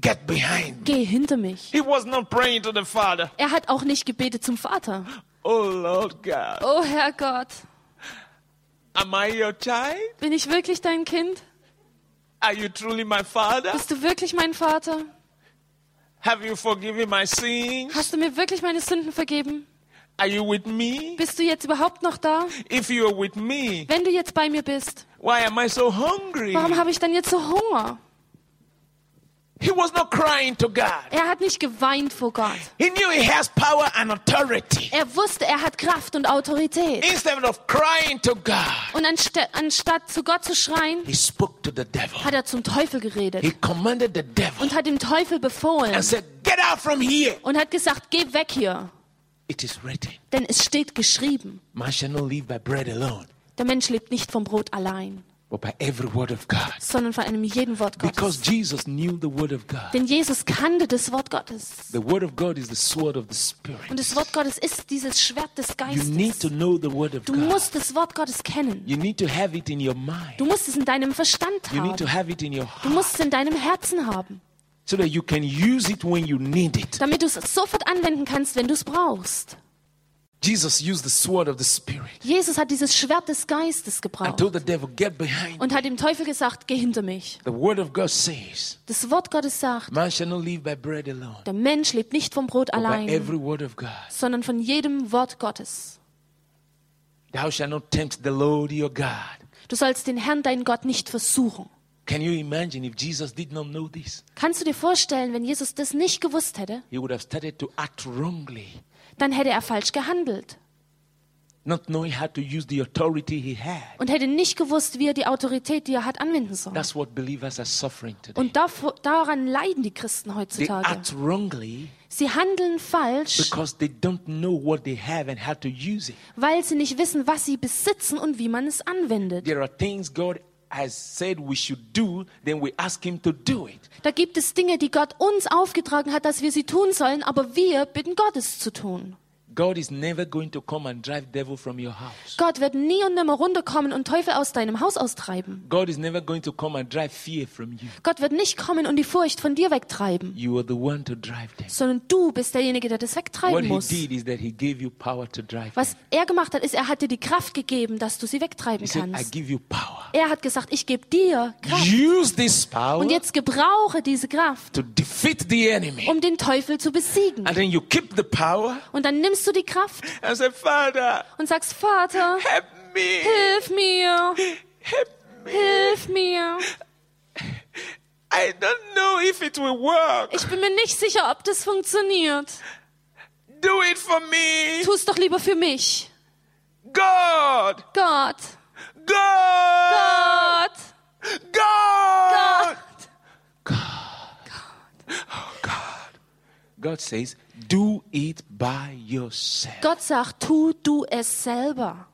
A: Get behind me.
B: Geh hinter mich.
A: He was not praying to the Father.
B: Er hat auch nicht gebetet zum Vater.
A: Oh Lord God,
B: Oh Herr Gott,
A: am I your child?
B: bin ich wirklich dein Kind?
A: Are you truly my Father?
B: Bist du wirklich mein Vater?
A: Have you forgiven my sins?
B: Hast du mir wirklich meine Sünden vergeben?
A: Are you with me?
B: Bist du jetzt überhaupt noch da?
A: If you are with me,
B: Wenn du jetzt bei mir bist,
A: why am I so hungry?
B: warum habe ich dann jetzt so Hunger?
A: He was not crying to God.
B: Er hat nicht geweint vor Gott.
A: He knew he has power and authority.
B: Er wusste, er hat Kraft und Autorität.
A: Instead of crying to God,
B: Und anste anstatt zu Gott zu schreien,
A: he spoke to the devil.
B: hat er zum Teufel
A: He
B: geredet
A: commanded the devil
B: und hat dem Teufel befohlen
A: and said, Get out from here.
B: und hat gesagt, geh weg hier,
A: It is written,
B: denn es steht geschrieben,
A: Man shall not live by bread alone,
B: der Mensch lebt nicht vom Brot allein,
A: but by every word of God.
B: sondern von einem jeden Wort
A: Because
B: Gottes.
A: Jesus knew the word of God.
B: Denn Jesus kannte das Wort Gottes.
A: The word of God is the sword of the
B: Und
A: Spirit.
B: das Wort Gottes ist dieses Schwert des
A: You need to
B: Geistes.
A: know the word of
B: Du
A: God.
B: musst das Wort Gottes kennen.
A: You need to have it in your mind.
B: Du musst es in deinem Verstand
A: You need to
B: haben.
A: have it in your
B: Du
A: heart
B: musst es in deinem Herzen haben,
A: so that you can use it when you need it.
B: damit du es sofort anwenden kannst, wenn du es brauchst.
A: Jesus used the sword of the Spirit
B: Jesus hat dieses Schwert des Geistes
A: and
B: gebraucht
A: told the devil, Get behind. me."
B: und hat dem Teufel gesagt, geh hinter mich.
A: The word of God says,
B: Das Wort Gottes sagt,
A: Man shall not live by bread alone,
B: der Mensch lebt nicht vom Brot
A: but by
B: allein,
A: every word of God.
B: sondern von jedem Wort Gottes.
A: Thou shalt not tempt the Lord your God.
B: Du sollst den Herrn, deinen Gott, nicht versuchen.
A: Can you imagine if Jesus did not know this?
B: Kannst du dir vorstellen, wenn Jesus das nicht gewusst hätte,
A: He would have started to act wrongly,
B: dann hätte er falsch gehandelt
A: not knowing how to use the authority he had.
B: und hätte nicht gewusst, wie er die Autorität, die er hat, anwenden soll.
A: That's what believers are suffering today.
B: Und davor, daran leiden die Christen
A: They
B: heutzutage.
A: act wrongly
B: Sie handeln falsch,
A: because they don't know what they have and how to use it.
B: weil sie nicht wissen, was sie besitzen und wie man es anwendet.
A: There are things God has said we should do, then we ask Him to do it.
B: Da gibt es Dinge, die Gott uns aufgetragen hat, dass wir sie tun sollen, aber wir bitten Gott, es zu tun.
A: God is never going to come and drive devil from your house.
B: Gott wird nie und nimmer runterkommen und Teufel aus deinem Haus austreiben.
A: God is never going to come and drive fear from you.
B: Gott wird nicht kommen und die Furcht von dir wegtreiben,
A: You are the one to drive them.
B: sondern du bist derjenige, der das
A: What
B: wegtreiben
A: He
B: muss.
A: did is that He gave you power to drive. them.
B: Was er gemacht hat, ist, er hat dir die Kraft gegeben, dass du sie wegtreiben
A: He said, I
B: kannst.
A: give you power.
B: Er hat gesagt, ich gebe dir Kraft.
A: Use this power
B: Und jetzt gebrauche diese Kraft,
A: to defeat the enemy.
B: um den Teufel zu besiegen.
A: And then you keep the power
B: Und dann nimmst du die Kraft
A: and say, Father,
B: und sagst, Vater,
A: help me.
B: hilf mir,
A: Help me.
B: hilf mir.
A: I don't know if it will work.
B: Ich bin mir nicht sicher, ob das funktioniert.
A: Do it for me.
B: Tu es doch lieber für mich.
A: God.
B: Gott,
A: God.
B: Gott,
A: God.
B: Gott.
A: God says, do it by yourself.
B: Gott sagt, tu du es selber.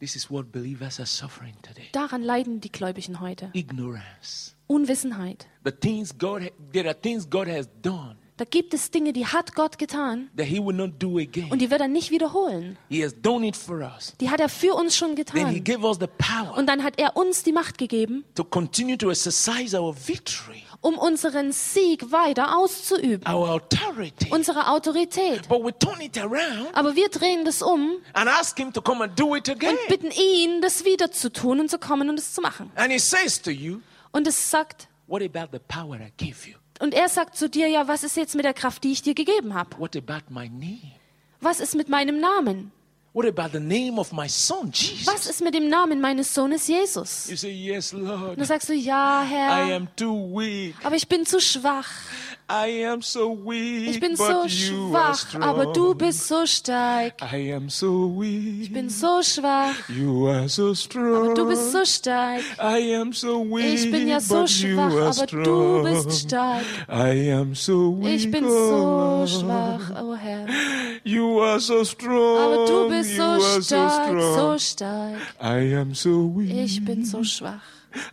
A: This is what believers are suffering today.
B: Daran leiden die Gläubigen heute.
A: Ignorance.
B: Unwissenheit.
A: The things God, there are things God has done
B: Da gibt es Dinge, die hat Gott getan
A: that He will not do
B: und
A: again.
B: die wird er nicht wiederholen.
A: He has done it for us.
B: Die hat er für uns schon
A: Then He
B: getan.
A: gave us the power
B: Und dann hat er uns die Macht gegeben,
A: to continue to exercise our victory,
B: um unseren Sieg weiter auszuüben.
A: our authority.
B: Unsere Autorität.
A: But we turn it around
B: Aber wir drehen das um
A: and ask Him to come and do it again.
B: und bitten ihn, das wieder zu tun und zu kommen und es zu machen.
A: And He says to you,
B: Und es sagt,
A: What about the power I gave you?
B: und er sagt zu dir, ja, was ist jetzt mit der Kraft, die ich dir gegeben habe?
A: What about my name?
B: Was ist mit meinem Namen?
A: What about the name of my son, Jesus?
B: Was ist mit dem Namen meines Sohnes Jesus?
A: You say, Yes,
B: Und dann
A: Lord.
B: sagst du, ja,
A: I
B: Herr,
A: am too weak.
B: aber ich bin zu schwach.
A: I am so weak.
B: Ich bin so
A: but you are
B: schwach,
A: strong.
B: aber du bist so stark.
A: I am so weak.
B: Ich bin so schwach,
A: you are so strong.
B: aber du bist so stark.
A: I am so weak.
B: Ich bin ja so
A: but you
B: schwach,
A: are
B: aber du
A: strong.
B: bist stark.
A: I am so weak.
B: Ich bin
A: oh
B: so
A: Lord.
B: schwach, oh Herr.
A: You are so strong.
B: Aber du bist
A: you
B: Oh, so
A: are so
B: stark, so
A: strong.
B: stark.
A: I am so weak.
B: Ich bin so schwach,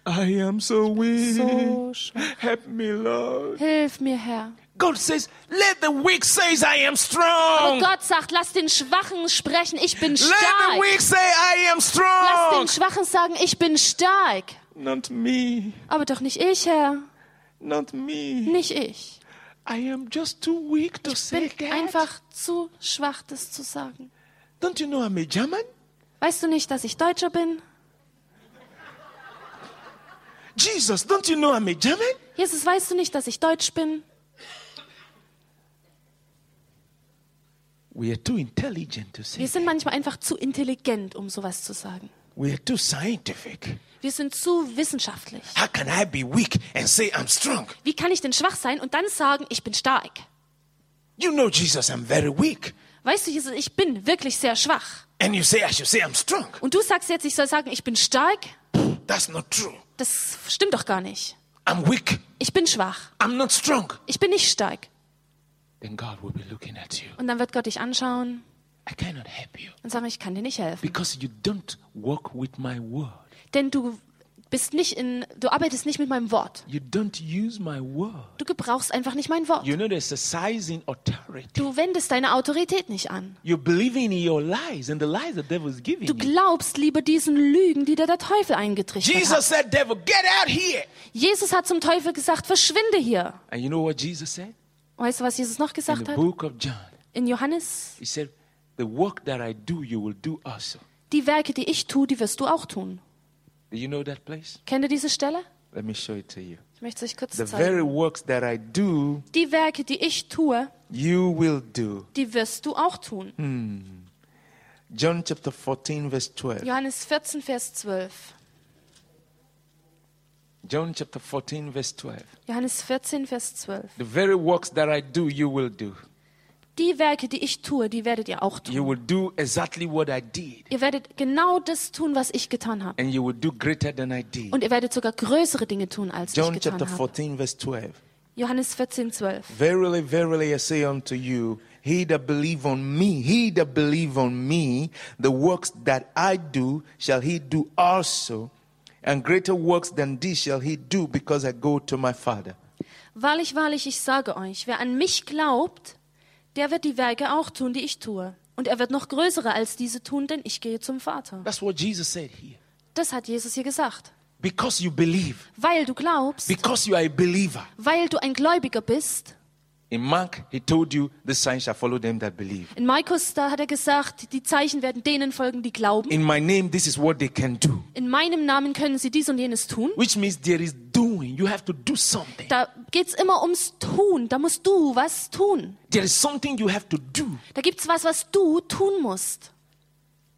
A: I am so weak.
B: so schwach.
A: Help me, Lord.
B: Hilf mir, Herr.
A: God says, let the weak says I am
B: Aber
A: strong.
B: Oh Gott sagt, lass den Schwachen sprechen, ich bin
A: let the
B: stark.
A: weak say I am
B: Lass
A: strong.
B: den Schwachen sagen, ich bin stark.
A: Not me.
B: Aber doch nicht ich, Herr.
A: Not me.
B: Nicht ich.
A: I am just too weak to say
B: Bin
A: that.
B: einfach zu schwach, das zu sagen.
A: Don't you know I'm a German?
B: Weißt du nicht, dass ich Deutscher bin?
A: Jesus, don't you know I'm a German?
B: Jesus, weißt du nicht, dass ich Deutsch bin?
A: We are too intelligent to say.
B: Wir sind manchmal einfach zu intelligent, um sowas zu sagen.
A: We are too scientific.
B: Wir sind zu wissenschaftlich.
A: How can I be weak and say I'm strong?
B: Wie kann ich denn schwach sein und dann sagen, ich bin stark?
A: You know, Jesus, I'm very weak.
B: Weißt du, Jesus, ich bin wirklich sehr schwach.
A: And you say I should say I'm strong.
B: Und du sagst jetzt, ich soll sagen, ich bin stark?
A: That's not true.
B: Das stimmt doch gar nicht.
A: I'm weak.
B: Ich bin schwach.
A: I'm not strong.
B: Ich bin nicht stark.
A: Then God will be looking at you.
B: Und dann wird Gott dich anschauen
A: I cannot help you
B: und sagen, ich kann dir nicht helfen.
A: because you don't walk with my word.
B: Denn du bist nicht in, du arbeitest nicht mit meinem Wort.
A: You don't use my word.
B: Du gebrauchst einfach nicht mein Wort.
A: You're not exercising authority.
B: Du wendest deine Autorität nicht an.
A: You're believing in your lies and the lies the devil is giving
B: Du
A: you.
B: glaubst lieber diesen Lügen, die dir der Teufel eingetrichtert hat.
A: Jesus said, devil, get out here.
B: Jesus hat zum Teufel gesagt, verschwinde hier.
A: And you know what Jesus said?
B: Weißt du, was Jesus noch
A: In
B: gesagt
A: the
B: hat?
A: book of John,
B: In Johannes
A: he said, The work that I do, you will do also.
B: Die Werke, die ich tue, die wirst du auch tun.
A: Do you know that place?
B: Kennt ihr diese Stelle?
A: Let me show it to you.
B: Ich möchte es euch kurz
A: The
B: zeigen.
A: very works that I do,
B: Die Werke, die ich tue,
A: you will do.
B: die wirst du auch tun.
A: Hm. John chapter 14, verse 12.
B: Johannes 14, Vers 12.
A: John chapter 14, verse 12.
B: Johannes 14, Vers 12.
A: The very works that I do, you will do.
B: Die Werke, die ich tue, die werdet ihr auch
A: You
B: tun.
A: will do exactly what I did,
B: Ihr werdet genau das tun, was ich getan habe.
A: and you will do greater than I did.
B: Und ihr werdet sogar größere Dinge tun, als
A: John
B: ich
A: chapter
B: getan habe.
A: 14, verse 12.
B: Johannes 14, 12.
A: Verily, verily, I say unto you, he that believe on me, he that believe on me, the works that I do shall he do also, and greater works than these shall he do, because I go to my Father.
B: Wahrlich, wahrlich, ich sage euch, wer an mich glaubt, der wird die Werke auch tun, die ich tue. Und er wird noch größere als diese tun, denn ich gehe zum Vater.
A: That's what Jesus said here.
B: Das hat Jesus hier gesagt.
A: Because you believe,
B: Weil du glaubst,
A: because you are a believer.
B: weil du ein Gläubiger bist.
A: In Mark, he told you, the signs shall follow them that believe.
B: In Markus, da hat er gesagt, die Zeichen werden denen folgen, die glauben.
A: In my name, this is what they can do.
B: In meinem Namen können sie dies und jenes tun.
A: Which means there is doing. You have to do something.
B: Da geht's immer ums Tun. Da musst du was tun.
A: There is something you have to do
B: Da gibt's was, was du tun musst.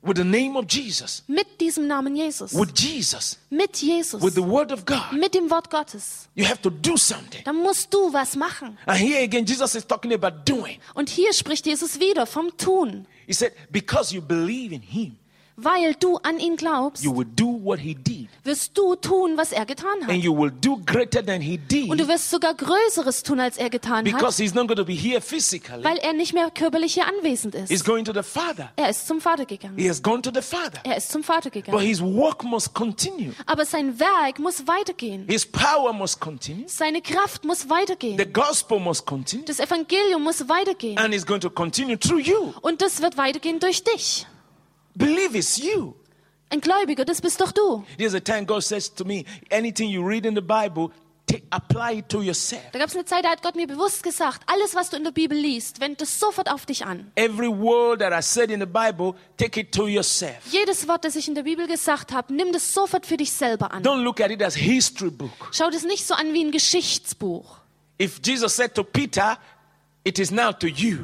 A: with the name of Jesus,
B: Mit diesem Namen Jesus.
A: with Jesus,
B: Mit Jesus.
A: with the word of God.
B: Mit dem Wort Gottes.
A: You have to do something.
B: Da musst du was machen.
A: And here again, Jesus is talking about doing.
B: Und hier spricht Jesus wieder vom Tun.
A: He said, Because you believe in him,
B: Weil du an ihn glaubst,
A: you will do what he did,
B: wirst du tun, was er getan
A: and
B: hat.
A: you will do greater than he
B: Und du
A: did,
B: wirst sogar Größeres tun, als er getan hat,
A: because he's not going to be here physically.
B: weil er nicht mehr körperlich hier anwesend
A: He's
B: ist.
A: going to the Father.
B: Er ist zum Vater gegangen.
A: He has gone to the Father.
B: Er ist zum Vater
A: But
B: gegangen.
A: his work must continue,
B: Aber sein Werk muss weitergehen.
A: his power must continue,
B: Seine Kraft muss
A: the
B: weitergehen.
A: gospel must continue,
B: Das Evangelium muss weitergehen.
A: and it's going to continue through you.
B: Und das wird weitergehen durch dich.
A: Believe it's you.
B: Ein Gläubiger, das bist doch du.
A: There's a time God says to me, anything you read in the Bible, take, apply it to yourself.
B: Da gab es eine Zeit, da hat Gott mir bewusst gesagt, alles, was du in der Bibel liest, wend das sofort auf dich an.
A: Every word that I said in the Bible, take it to yourself.
B: Jedes Wort, das ich in der Bibel gesagt habe, nimm das sofort für dich selber an.
A: Don't look at it as history book.
B: Schau das nicht so an wie ein Geschichtsbuch.
A: If Jesus said to Peter, it is now to you.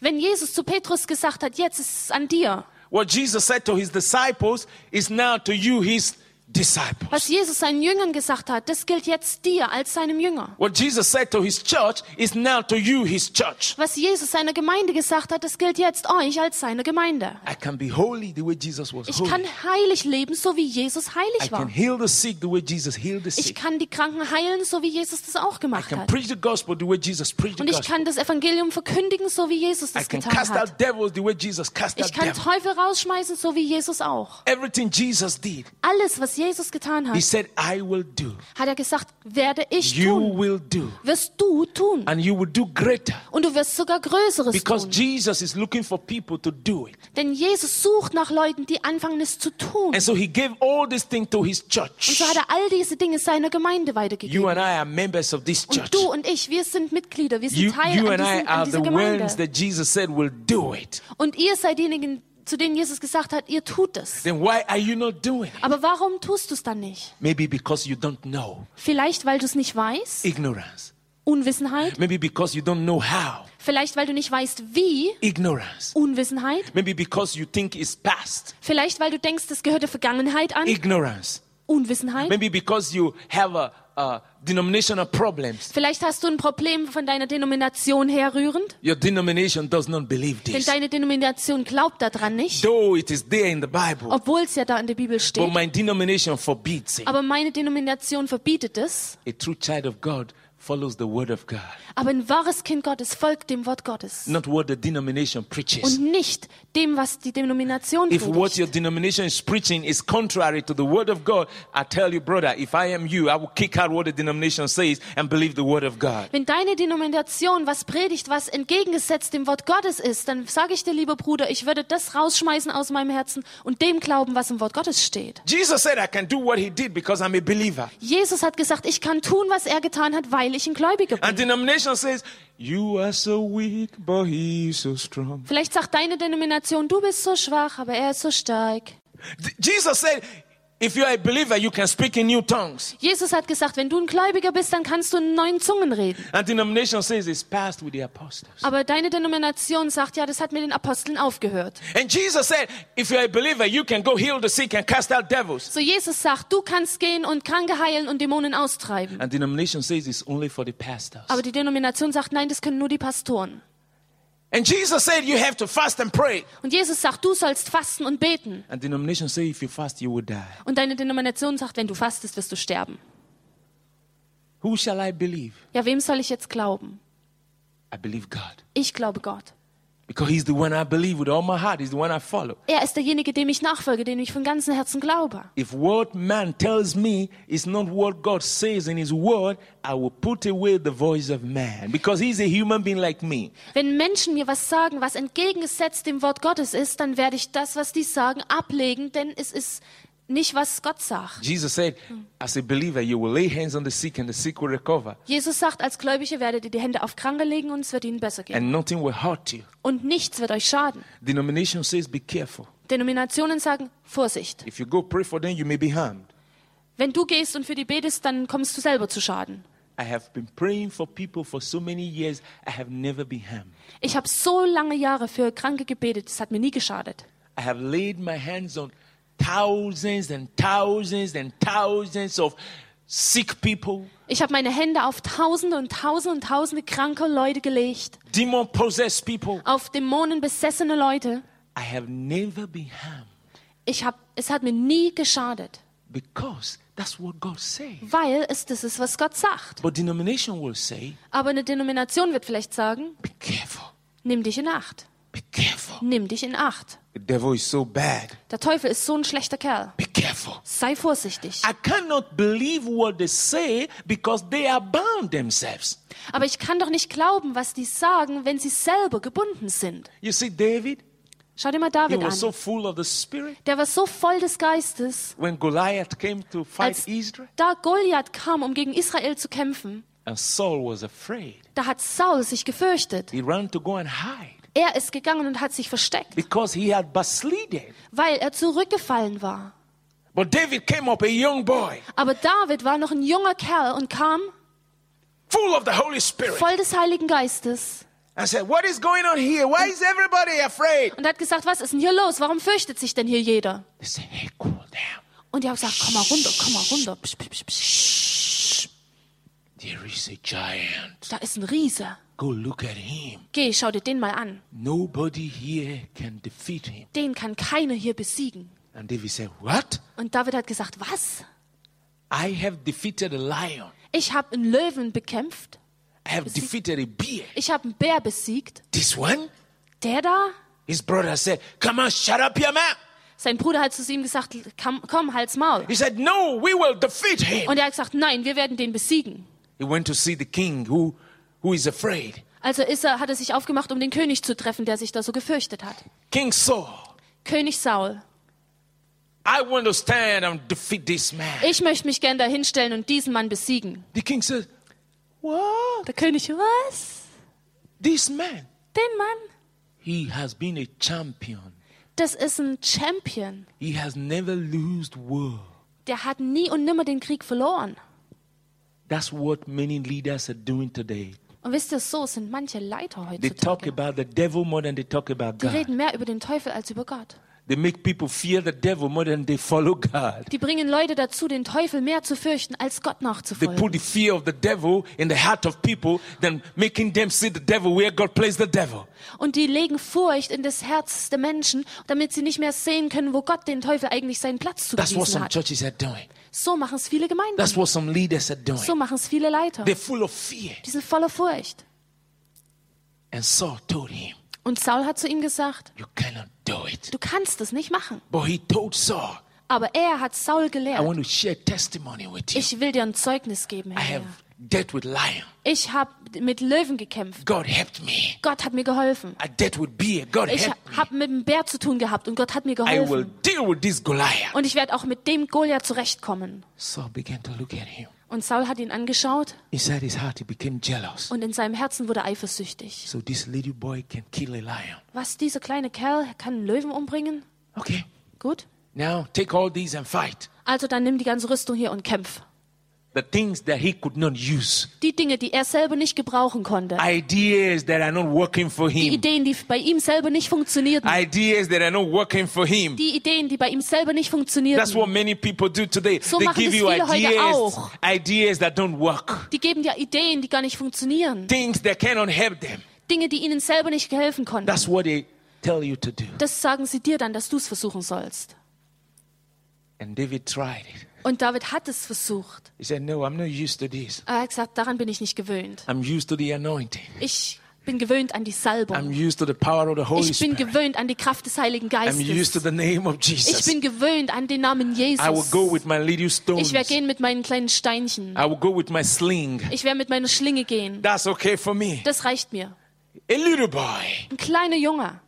B: Wenn Jesus zu Petrus gesagt hat, jetzt ist es an dir.
A: What Jesus said to his disciples is now to you, his disciples.
B: Was Jesus seinen Jüngern gesagt hat, das gilt jetzt dir als seinem Jünger.
A: What Jesus said to his church is now to you, his church.
B: Was Jesus seiner Gemeinde gesagt hat, das gilt jetzt euch als seiner Gemeinde.
A: I can be holy the way Jesus was
B: Ich kann
A: holy.
B: heilig leben, so wie Jesus
A: I can
B: heilig war.
A: heal the sick the way Jesus healed the
B: Ich
A: sick.
B: kann die Kranken heilen, so wie Jesus das auch
A: I
B: gemacht
A: can
B: hat.
A: preach the gospel the way Jesus preached the
B: Und ich
A: gospel.
B: kann das Evangelium verkündigen, so wie Jesus
A: I
B: das
A: can
B: getan
A: cast
B: hat.
A: out devils the way Jesus cast out
B: Ich kann
A: devils.
B: Teufel rausschmeißen, so wie Jesus auch.
A: Everything Jesus did,
B: Alles, was Jesus getan
A: he
B: hat,
A: said, I will do.
B: hat er gesagt, werde ich
A: you
B: tun,
A: will do
B: wirst du tun.
A: and you will do greater
B: Und du wirst sogar Größeres
A: because
B: tun.
A: jesus is looking for people to do it
B: Denn Jesus sucht nach Leuten, die anfangen, es zu tun.
A: and
B: Und
A: so he gave all these things to his church
B: so hat er all diese Dinge seiner Gemeinde
A: you
B: weitergegeben.
A: and i are members of this church
B: Und du und ich, wir sind Mitglieder, wir
A: you,
B: sind Teil
A: you and
B: an,
A: i
B: diesen,
A: are
B: an
A: the
B: dieser
A: ones
B: Gemeinde.
A: that jesus said will do it
B: Und ihr seid diejenigen, zu denen Jesus gesagt hat, ihr tut es.
A: then why are you not doing it
B: Aber warum tust du es dann nicht?
A: maybe because you don't know
B: Vielleicht, weil du es nicht weißt?
A: ignorance
B: Unwissenheit?
A: maybe because you don't know how
B: Vielleicht, weil du nicht weißt, wie?
A: ignorance
B: Unwissenheit?
A: maybe because you think it's past
B: Vielleicht, weil du denkst, das gehört der Vergangenheit an?
A: ignorance
B: Unwissenheit?
A: maybe because you have a, a denominational problems
B: Vielleicht hast du ein Problem von deiner Denomination herrührend,
A: your denomination does not believe
B: denn
A: this
B: deine Denomination glaubt daran nicht,
A: though it is there in the Bible,
B: obwohl es ja da in der Bibel
A: but
B: steht.
A: my denomination forbids it.
B: Aber meine Denomination verbietet es.
A: A true child of God follows the word of God,
B: Aber ein wahres Kind Gottes folgt dem Wort Gottes
A: not what the denomination
B: und
A: preaches.
B: nicht dem, was die Denomination
A: If what your
B: predigt.
A: denomination is preaching is contrary to the word of God, I tell you, brother, if I am you, I will kick out what the denomination says and believe the word of God.
B: Wenn deine Denomination was predigt, was entgegengesetzt dem Wort Gottes ist, dann sage ich dir, lieber Bruder, ich würde das rausschmeißen aus meinem Herzen und dem glauben, was im Wort Gottes steht.
A: Jesus said, I can do what he did because I'm a believer.
B: Jesus hat gesagt, ich kann tun, was er getan hat, weil heiligen Gläubige
A: And
B: bringt.
A: denomination says, You are so weak, but he is so strong.
B: Vielleicht sagt deine Denomination, du bist so schwach, aber er ist so stark.
A: D- Jesus said, If you are a believer, you can speak in new tongues.
B: Jesus hat gesagt, wenn du ein Gläubiger bist, dann kannst du in neuen Zungen reden.
A: And denomination says it's passed with the apostles.
B: Aber deine Denomination sagt, ja, das hat mit den Aposteln aufgehört.
A: And Jesus said, If you are a believer, you can go heal the sick and cast out devils.
B: So Jesus sagt, du kannst gehen und Kranke heilen und Dämonen austreiben.
A: And denomination says it's only for the pastors.
B: Aber die Denomination sagt, nein, das können nur die Pastoren.
A: And Jesus said, You have to fast and pray.
B: Und Jesus sagt, du sollst fasten und beten.
A: And denomination says, If you fast, you will die.
B: Und deine Denomination sagt, wenn du fastest, wirst du sterben.
A: Who shall I believe?
B: Ja, wem soll ich jetzt glauben?
A: I believe God.
B: Ich glaube Gott.
A: Because He's the one I believe with all my heart, He's the one I follow.
B: Er ist derjenige, dem ich nachfolge, dem ich von ganzem Herzen glaube.
A: If what man tells me is not what God says in His Word, I will put away the voice of man because He's a human being like me.
B: Wenn Menschen mir was sagen, was entgegengesetzt dem Wort Gottes ist, dann werde ich das, was die sagen, ablegen, denn es ist nicht, was Gott sagt.
A: Jesus said, As a believer, you will lay hands on the sick and the sick will recover
B: Jesus sagt, als Gläubige werdet ihr die Hände auf Kranke legen und es wird ihnen besser gehen.
A: and nothing will hurt you.
B: Und nichts wird euch schaden.
A: Denomination says, Be careful.
B: Denominationen sagen, Vorsicht.
A: If you go pray for them, you may be harmed.
B: Wenn du gehst und für die betest, dann kommst du selber zu Schaden.
A: I have been praying for people for so many years, I have never been harmed.
B: Ich habe so lange Jahre für Kranke gebetet, es hat mir nie geschadet.
A: I have laid my hands on thousands and thousands and thousands of sick people,
B: Ich habe meine Hände auf Tausende und Tausende und Tausende kranke Leute gelegt,
A: demon possessed people.
B: auf Dämonen besessene Leute.
A: I have never been harmed
B: Ich hab, es hat mir nie geschadet,
A: because that's what God says.
B: weil es das ist, was Gott sagt.
A: But denomination will say,
B: Aber eine Denomination wird vielleicht sagen,
A: be careful,
B: nimm dich in Acht,
A: be careful.
B: nimm dich in Acht.
A: The devil is so bad,
B: Der Teufel ist so ein schlechter Kerl.
A: be careful.
B: Sei vorsichtig.
A: I cannot believe what they say because they are bound themselves.
B: Aber ich kann doch nicht glauben, was die sagen, wenn sie selber gebunden sind.
A: You see, David,
B: Schau dir mal
A: he
B: David
A: was so
B: an.
A: full of the Spirit
B: Der war so voll des Geistes,
A: when Goliath came to
B: als
A: fight Israel,
B: da Goliath kam, um gegen Israel zu kämpfen.
A: and Saul was afraid.
B: Da hat Saul sich gefürchtet.
A: He ran to go and hide
B: Er ist gegangen und hat sich versteckt,
A: because he had backslided.
B: weil er zurückgefallen war.
A: But David came up, a young boy,
B: Aber David war noch ein junger Kerl und kam
A: full of the Holy Spirit,
B: voll des Heiligen Geistes
A: and said, What is going on here? Why is everybody afraid?
B: und hat gesagt, was ist denn hier los? Warum fürchtet sich denn hier jeder?
A: They said, Hey, cool down.
B: Und die haben gesagt, komm mal runter, komm mal runter. Psch, psch, psch, psch.
A: There is a giant.
B: Da ist ein Riese.
A: Go look at him.
B: Geh, schau dir den mal an.
A: Nobody here can defeat him.
B: Den kann keiner hier besiegen.
A: And David said, What?
B: Und David hat gesagt, was?
A: I have defeated a lion.
B: Ich habe einen Löwen bekämpft.
A: I have defeated a bear.
B: Ich habe einen Bär besiegt.
A: This one?
B: Der da?
A: His brother said, Come on, shut up your mouth.
B: Sein Bruder hat zu ihm gesagt, komm, komm halt's Maul.
A: He said, No, we will defeat him.
B: Und er hat gesagt, nein, wir werden den besiegen.
A: He went to see the king who, who is afraid.
B: Also ist er, hat er sich aufgemacht, um den König zu treffen, der sich da so gefürchtet hat.
A: King Saul,
B: König Saul,
A: I want to stand and defeat this man.
B: ich möchte mich gern dahinstellen und diesen Mann besiegen.
A: The king said, What?
B: Der König, was?
A: This man,
B: Den Mann?
A: he has been a champion.
B: Das ist ein Champion.
A: He has never lost war.
B: Der hat nie und nimmer den Krieg verloren.
A: That's what many leaders are doing today.
B: Und wisst ihr, so sind manche Leiter
A: They talk
B: heutzutage.
A: about the devil more than they talk about
B: Die
A: God.
B: reden mehr über den Teufel als über Gott.
A: They make people fear the devil more than they follow God.
B: Die bringen Leute dazu, den Teufel mehr zu fürchten, als Gott
A: They
B: nachzufolgen.
A: put the fear of the devil in the heart of people than making them see the devil where God placed the devil.
B: Und die legen Furcht in das Herz der Menschen, damit sie nicht mehr sehen können, wo Gott den Teufel eigentlich seinen Platz
A: That's what
B: zugewiesen
A: some
B: hat.
A: churches are doing.
B: So machen es viele Gemeinden.
A: That's what some leaders are doing.
B: So machen es viele Leiter.
A: They're full of fear.
B: Die sind voller Furcht.
A: And Saul told him,
B: Und Saul hat zu ihm gesagt,
A: You cannot do it.
B: du kannst es nicht machen.
A: But he told Saul,
B: Aber er hat Saul
A: I
B: gelehrt,
A: want to share testimony with you.
B: ich will dir ein Zeugnis geben,
A: I
B: Herr.
A: have dealt with lion.
B: Ich habe mit Löwen gekämpft.
A: God helped me.
B: Gott hat mir geholfen.
A: I dealt with beer. God
B: Ich
A: helped me.
B: habe mit dem Bär zu tun gehabt und Gott hat mir
A: I will
B: geholfen.
A: deal with this Goliath.
B: Und ich werde auch mit dem Goliath zurechtkommen.
A: Saul began to look at him.
B: Und Saul hat ihn angeschaut
A: Inside his heart, he became jealous.
B: und in seinem Herzen wurde er eifersüchtig.
A: So this little boy can kill a lion.
B: Was, dieser kleine Kerl kann einen Löwen umbringen?
A: Okay,
B: Gut.
A: now take all these and fight.
B: Also dann nimm die ganze Rüstung hier und kämpf.
A: The things that he could not use,
B: Die Dinge, die er selber nicht gebrauchen konnte.
A: ideas that are not working for
B: Die
A: him,
B: Ideen, die bei ihm selber nicht funktionierten.
A: ideas that are not working for him.
B: Die Ideen, die bei ihm selber nicht
A: That's
B: funktionierten.
A: what many people do today.
B: So
A: they
B: machen
A: give
B: das
A: you
B: viele heute
A: ideas,
B: auch.
A: ideas that don't work,
B: Die geben ja Ideen, die gar nicht funktionieren.
A: things that cannot help them.
B: Dinge, die ihnen selber nicht helfen konnten.
A: That's what they tell you to do.
B: Das sagen sie dir dann, dass du es versuchen sollst.
A: And David tried it.
B: Und David hat es versucht.
A: He said, "No, I'm not used to this.
B: Er hat gesagt, daran bin ich nicht gewöhnt.
A: I'm used to the anointing.
B: Ich bin gewöhnt an die
A: I'm
B: Salbung.
A: used to the power of the Holy
B: Ich bin
A: Spirit.
B: gewöhnt an die Kraft des Heiligen
A: I'm used to
B: Geistes.
A: the name of
B: Ich
A: Jesus.
B: bin gewöhnt an den Namen
A: I will
B: Jesus.
A: go with my little
B: Ich
A: stones.
B: werde gehen mit meinen kleinen Steinchen.
A: I will go with my sling.
B: Ich werde mit meiner Schlinge gehen.
A: That's okay for me.
B: Das reicht mir.
A: A little boy,
B: Ein kleiner Junge.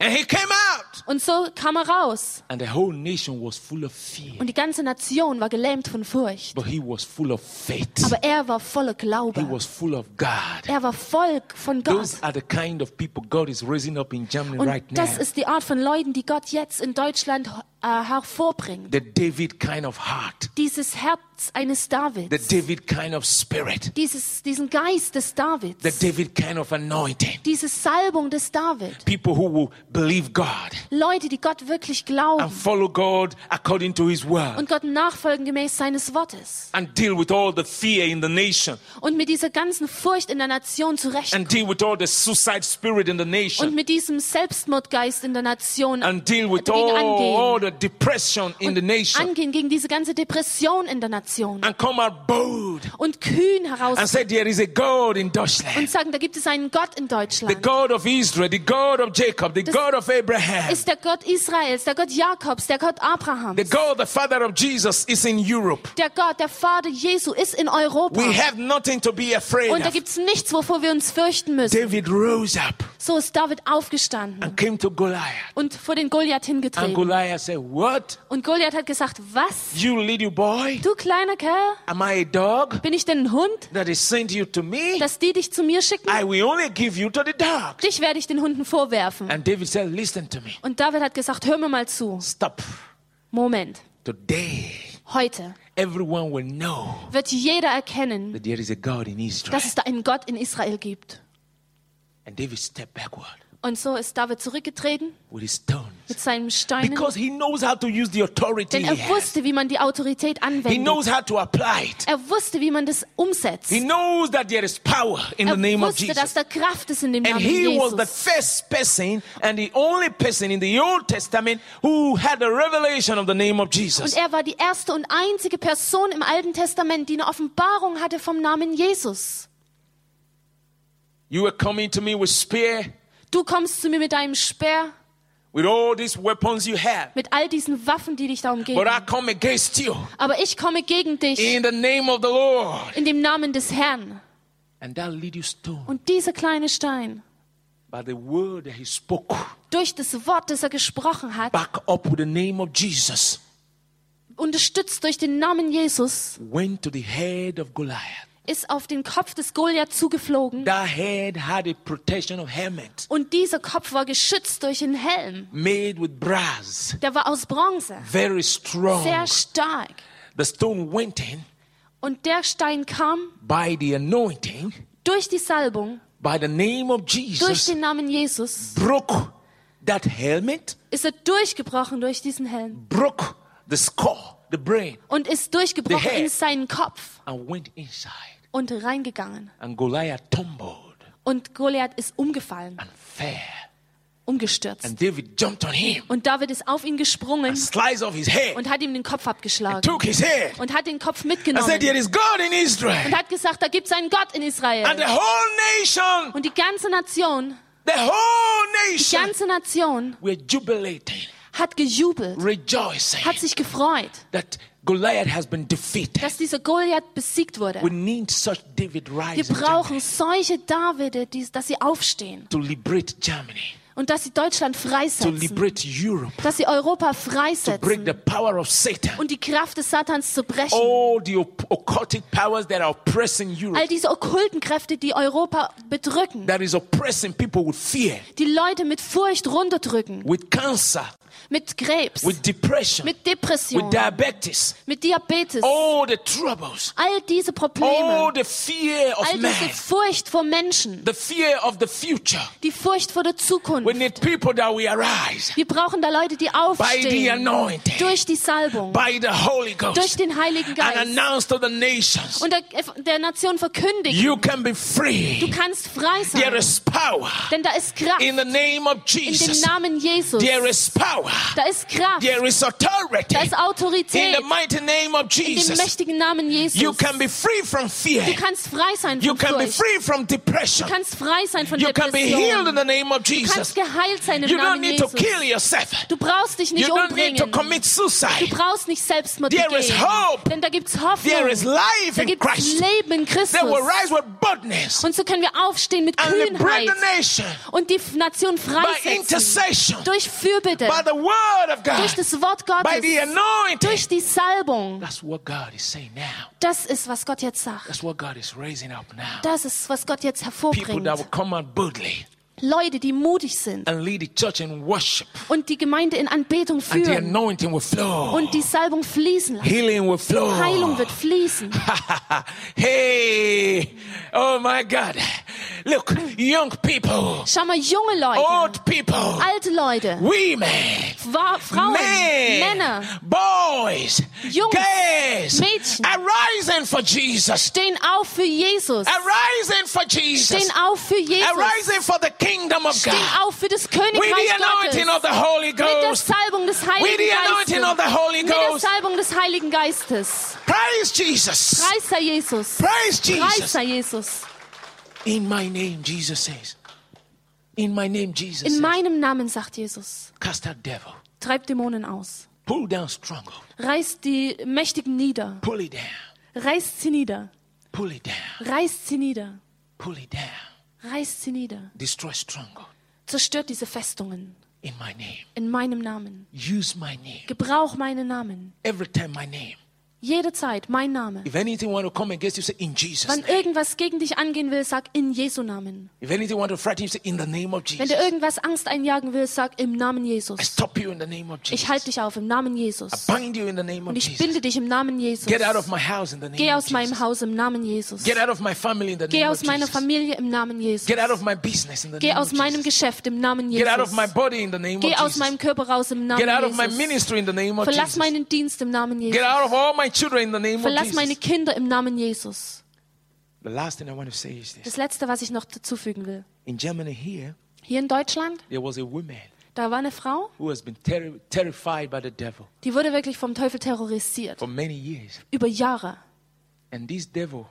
A: and he came out,
B: Und so kam er raus.
A: and the whole nation was full of fear,
B: Und die ganze Nation war gelähmt von Furcht.
A: but he was full of faith.
B: Aber er war voller
A: He
B: Glaube.
A: was full of God.
B: Er war voll von Gott.
A: Those are the kind of people God is raising up in Germany
B: Und
A: right now.
B: das ist die Art von Leuten, die Gott jetzt in Deutschland äh, hervorbringt.
A: The David kind of heart,
B: Dieses Herz eines
A: the
B: Davids.
A: David kind of spirit,
B: Dieses, diesen Geist des
A: the
B: Davids.
A: David kind of anointing.
B: Diese Salbung des David.
A: People who will believe God
B: Leute, die Gott wirklich
A: and
B: glauben
A: follow God according to His word
B: und Gott nachfolgen gemäß seines Wortes.
A: and deal with all the fear in the nation
B: Und mit dieser ganzen Furcht in der Nation
A: and
B: zurechtkommen.
A: deal with all the suicide spirit in the
B: Und
A: nation
B: mit diesem Selbstmordgeist in der Nation
A: and deal with
B: dagegen
A: all,
B: angehen.
A: all the depression in the nation
B: angehen gegen diese ganze Depression in der Nation
A: and come out bold
B: und kühn
A: and
B: heraus
A: say, There is a God in
B: und
A: Deutschland.
B: sagen, da gibt es einen Gott in
A: The
B: Deutschland.
A: God of Israel, the God of Jacob, the God of Abraham,
B: Ist der Gott Israels, der Gott Jakobs, der Gott
A: the
B: Abrahams.
A: God, the Father of Jesus, is in Europe.
B: Der Gott, der Vater Jesu ist in Europa.
A: We have nothing to be afraid
B: Und da
A: of.
B: gibt es nichts, wovor wir uns fürchten müssen.
A: David rose up
B: So ist David aufgestanden
A: and came to Goliath.
B: und vor den Goliath
A: And
B: hingetreten.
A: Goliath said, What?
B: Und Goliath hat gesagt, was?
A: You little boy?
B: Du kleiner Kerl,
A: Am I a dog
B: bin ich denn ein Hund,
A: that is sent you to me?
B: dass die dich zu mir schicken?
A: I will only give you to the dog.
B: Dich werde ich den Hunden vorwerfen.
A: And David said, Listen to me.
B: Und David hat gesagt, hör mir mal zu.
A: Stop.
B: Moment,
A: Today,
B: heute
A: everyone will know
B: wird jeder erkennen,
A: that there is a God in Israel.
B: dass es da einen Gott in Israel gibt.
A: And David stepped backward
B: Und so ist David zurückgetreten
A: with his stones
B: mit seinen Steinen,
A: because he knows how to use the authority
B: denn
A: he has.
B: er wusste, wie man die Autorität
A: He
B: anwendet.
A: knows how to apply it.
B: Er wusste, wie man das umsetzt.
A: He knows that there is power in the
B: Er
A: name of
B: wusste,
A: Jesus.
B: dass da Kraft ist in dem
A: And
B: Namen
A: he was the
B: Jesus.
A: first person and the only person in the Old Testament who had a revelation of the name of
B: Und
A: Jesus.
B: er war die erste und einzige Person im Alten Testament, die eine Offenbarung hatte vom Namen Jesus.
A: You were coming to me with spear,
B: Du kommst zu mir mit deinem Speer,
A: with all these weapons you have.
B: mit all diesen Waffen, die dich da
A: But
B: umgeben.
A: I come against you
B: Aber ich komme gegen dich
A: in the name of the Lord.
B: in dem Namen des Herrn.
A: And that little stone,
B: Und dieser kleine Stein,
A: by the word that he spoke,
B: durch das Wort, das er gesprochen hat,
A: back up with the name of Jesus,
B: unterstützt durch den Namen Jesus,
A: went to the head of Goliath.
B: ist auf den Kopf des Goliath zugeflogen.
A: That head had a protection of helmet
B: Und dieser Kopf war geschützt durch einen Helm.
A: made with brass,
B: Der war aus Bronze,
A: very strong.
B: sehr stark.
A: The stone went in
B: Und der Stein kam
A: by the anointing,
B: durch die Salbung,
A: by the name of
B: durch
A: Jesus,
B: den Namen Jesus,
A: broke that helmet,
B: ist er durchgebrochen durch diesen Helm
A: broke the skull, the brain,
B: und ist durchgebrochen in seinen Kopf
A: and went inside.
B: und reingegangen.
A: And Goliath tumbled
B: Und Goliath ist umgefallen,
A: and fell.
B: umgestürzt.
A: And David jumped on him
B: Und David ist auf ihn
A: and
B: gesprungen
A: sliced off his head,
B: und hat ihm den Kopf abgeschlagen
A: took his head,
B: und hat den Kopf
A: and said,
B: mitgenommen.
A: There is God in Israel.
B: und hat gesagt, da gibt es einen Gott
A: And
B: in
A: the
B: Israel.
A: whole nation,
B: Und die ganze Nation,
A: the whole
B: die
A: nation
B: ganze Nation
A: were jubilating,
B: hat gejubelt, hat
A: rejoicing
B: sich gefreut,
A: that Goliath has been defeated.
B: dass dieser Goliath besiegt wurde.
A: We need such David
B: Wir
A: rising
B: brauchen solche Davide, die, dass sie aufstehen
A: to liberate Germany
B: und dass sie Deutschland
A: to
B: freisetzen,
A: liberate Europe,
B: dass sie Europa
A: to break
B: freisetzen
A: the power of Satan,
B: und die Kraft des Satans zu brechen.
A: all the op- occultic powers that are oppressing
B: All
A: Europe,
B: diese okkulten Kräfte, die Europa bedrücken,
A: that is oppressing people with fear,
B: die Leute mit Furcht runterdrücken,
A: with cancer,
B: mit Krebs,
A: with depression,
B: mit Depression,
A: with Oh. diabetes,
B: mit Diabetes,
A: all the troubles,
B: all diese
A: all
B: Probleme,
A: the fear
B: all
A: of
B: diese
A: man,
B: Furcht vor Menschen,
A: the fear of the future.
B: die Furcht vor der Zukunft.
A: We need people that will arise
B: Wir brauchen da Leute, die
A: by the
B: aufstehen,
A: anointing,
B: durch die Salbung,
A: by the Holy
B: durch
A: Ghost,
B: den Heiligen
A: and
B: Geist
A: announce to the nations.
B: und der, der Nation verkündigen,
A: You can be
B: du
A: free.
B: kannst frei
A: There
B: sein,
A: is power
B: denn da ist Kraft
A: in the name of
B: in dem
A: Jesus.
B: Namen Jesus.
A: There is power.
B: Da ist Kraft,
A: There is authority
B: da ist
A: in
B: Autorität
A: the mighty name of
B: in dem
A: Jesus.
B: mächtigen Namen
A: You
B: Jesus.
A: can be free from fear.
B: Du kannst frei sein
A: You
B: von
A: can be
B: Furcht.
A: free from depression.
B: Du kannst frei sein von
A: You can be healed in
B: Depressionen.
A: the name of
B: Du kannst
A: Jesus.
B: geheilt sein im
A: You don't
B: Namen
A: need to
B: Jesus.
A: kill yourself.
B: Du brauchst dich
A: You
B: nicht
A: don't need to
B: umbringen.
A: commit suicide.
B: Du brauchst nicht Selbstmord
A: There
B: begehen.
A: is hope.
B: Denn da gibt's
A: There
B: Hoffnung.
A: is life
B: Da
A: in
B: gibt's
A: Christ.
B: Leben in
A: They will
B: Christus.
A: rise with boldness
B: Und so können wir aufstehen mit
A: and liberate
B: Kühnheit
A: the nation
B: und die Nation
A: by
B: freisetzen.
A: intercession,
B: Durch Fürbitte,
A: by the word of God,
B: durch das Wort
A: by the
B: Gottes,
A: anointing.
B: durch die Salbung.
A: That's what God is saying now.
B: Das ist, was Gott jetzt sagt.
A: That's what God is raising up now.
B: Das ist, was Gott jetzt
A: People that will
B: hervorbringt.
A: come out boldly
B: Leute, die mutig sind
A: and lead the church in worship,
B: und die Gemeinde in Anbetung
A: and the
B: führen.
A: anointing will flow,
B: und die Salbung fließen lassen.
A: healing will flow.
B: Heilung wird fließen.
A: (laughs) hey, oh my God. Look, young people,
B: Schau mal, junge Leute,
A: old people,
B: alte Leute,
A: women,
B: Wa- Frauen,
A: men,
B: Männer
A: boys,
B: Jungs,
A: girls,
B: Mädchen.
A: arising for Jesus,
B: stehen auf für Jesus.
A: arising for Jesus,
B: Stehen auf für Jesus.
A: arising for the kingdom of
B: Stehen
A: God.
B: auf für das
A: With
B: Königreich
A: the anointing
B: Gottes.
A: of the Holy
B: Mit der
A: Ghost,
B: Salbung des
A: with the
B: Heiligen
A: anointing of the
B: Geistes.
A: Holy
B: Mit der
A: Ghost,
B: Salbung des Heiligen Geistes.
A: praise Jesus,
B: Preis sei Jesus.
A: praise
B: Preis
A: Jesus.
B: sei Jesus.
A: In my name, Jesus says. In my name, Jesus
B: In
A: says.
B: meinem Namen, sagt Jesus,
A: Cast out devil.
B: treibt Dämonen aus.
A: Pull down stronghold.
B: Reißt die Mächtigen nieder.
A: Pull it down.
B: Reißt sie nieder.
A: Pull it down.
B: Reißt sie nieder.
A: Pull it down.
B: Reißt sie nieder.
A: Destroy stronghold.
B: Zerstört diese Festungen
A: In my name.
B: in meinem Namen.
A: Use my name.
B: Gebrauch meinen Namen.
A: Every time my name.
B: Jede Zeit mein Name.
A: If anything want to come against you, say in Jesus'
B: Wann
A: name.
B: irgendwas gegen dich angehen will, sag in Jesu Namen.
A: If anything want to frighten you, say in the name of
B: Wenn
A: Jesus.
B: dir irgendwas Angst einjagen will, sag im Namen
A: I
B: Jesus.
A: stop you in the name of
B: Ich
A: Jesus.
B: halte dich auf im Namen Jesus.
A: Bind you in the name of
B: Und ich
A: Jesus.
B: binde dich im Namen Jesus.
A: Get out of my house in the name
B: Geh
A: of
B: aus meinem
A: Jesus.
B: Haus im Namen Jesus.
A: Get out of my family in the
B: Geh
A: name of
B: aus meiner
A: Jesus.
B: Familie im Namen Jesus.
A: Get out of my business in the
B: Geh
A: name
B: aus
A: of
B: meinem
A: Jesus.
B: Geschäft im Namen
A: Get out of my
B: Jesus.
A: body in the name of
B: Geh aus
A: Jesus.
B: meinem Körper raus im Namen
A: Get out of my
B: Jesus.
A: ministry in the name of
B: Verlass
A: Jesus.
B: meinen Dienst im Namen
A: Get
B: Jesus.
A: out of all my children in the name of
B: Verlass meine
A: Jesus.
B: Kinder im Namen Jesus.
A: The last thing I want to say is this.
B: Das letzte, was ich noch dazufügen will.
A: In Germany here,
B: Hier in Deutschland,
A: there was a woman
B: da war eine Frau,
A: who has been terri terrified by the devil
B: die wurde wirklich vom Teufel terrorisiert.
A: for many years.
B: Über Jahre.
A: And this devil,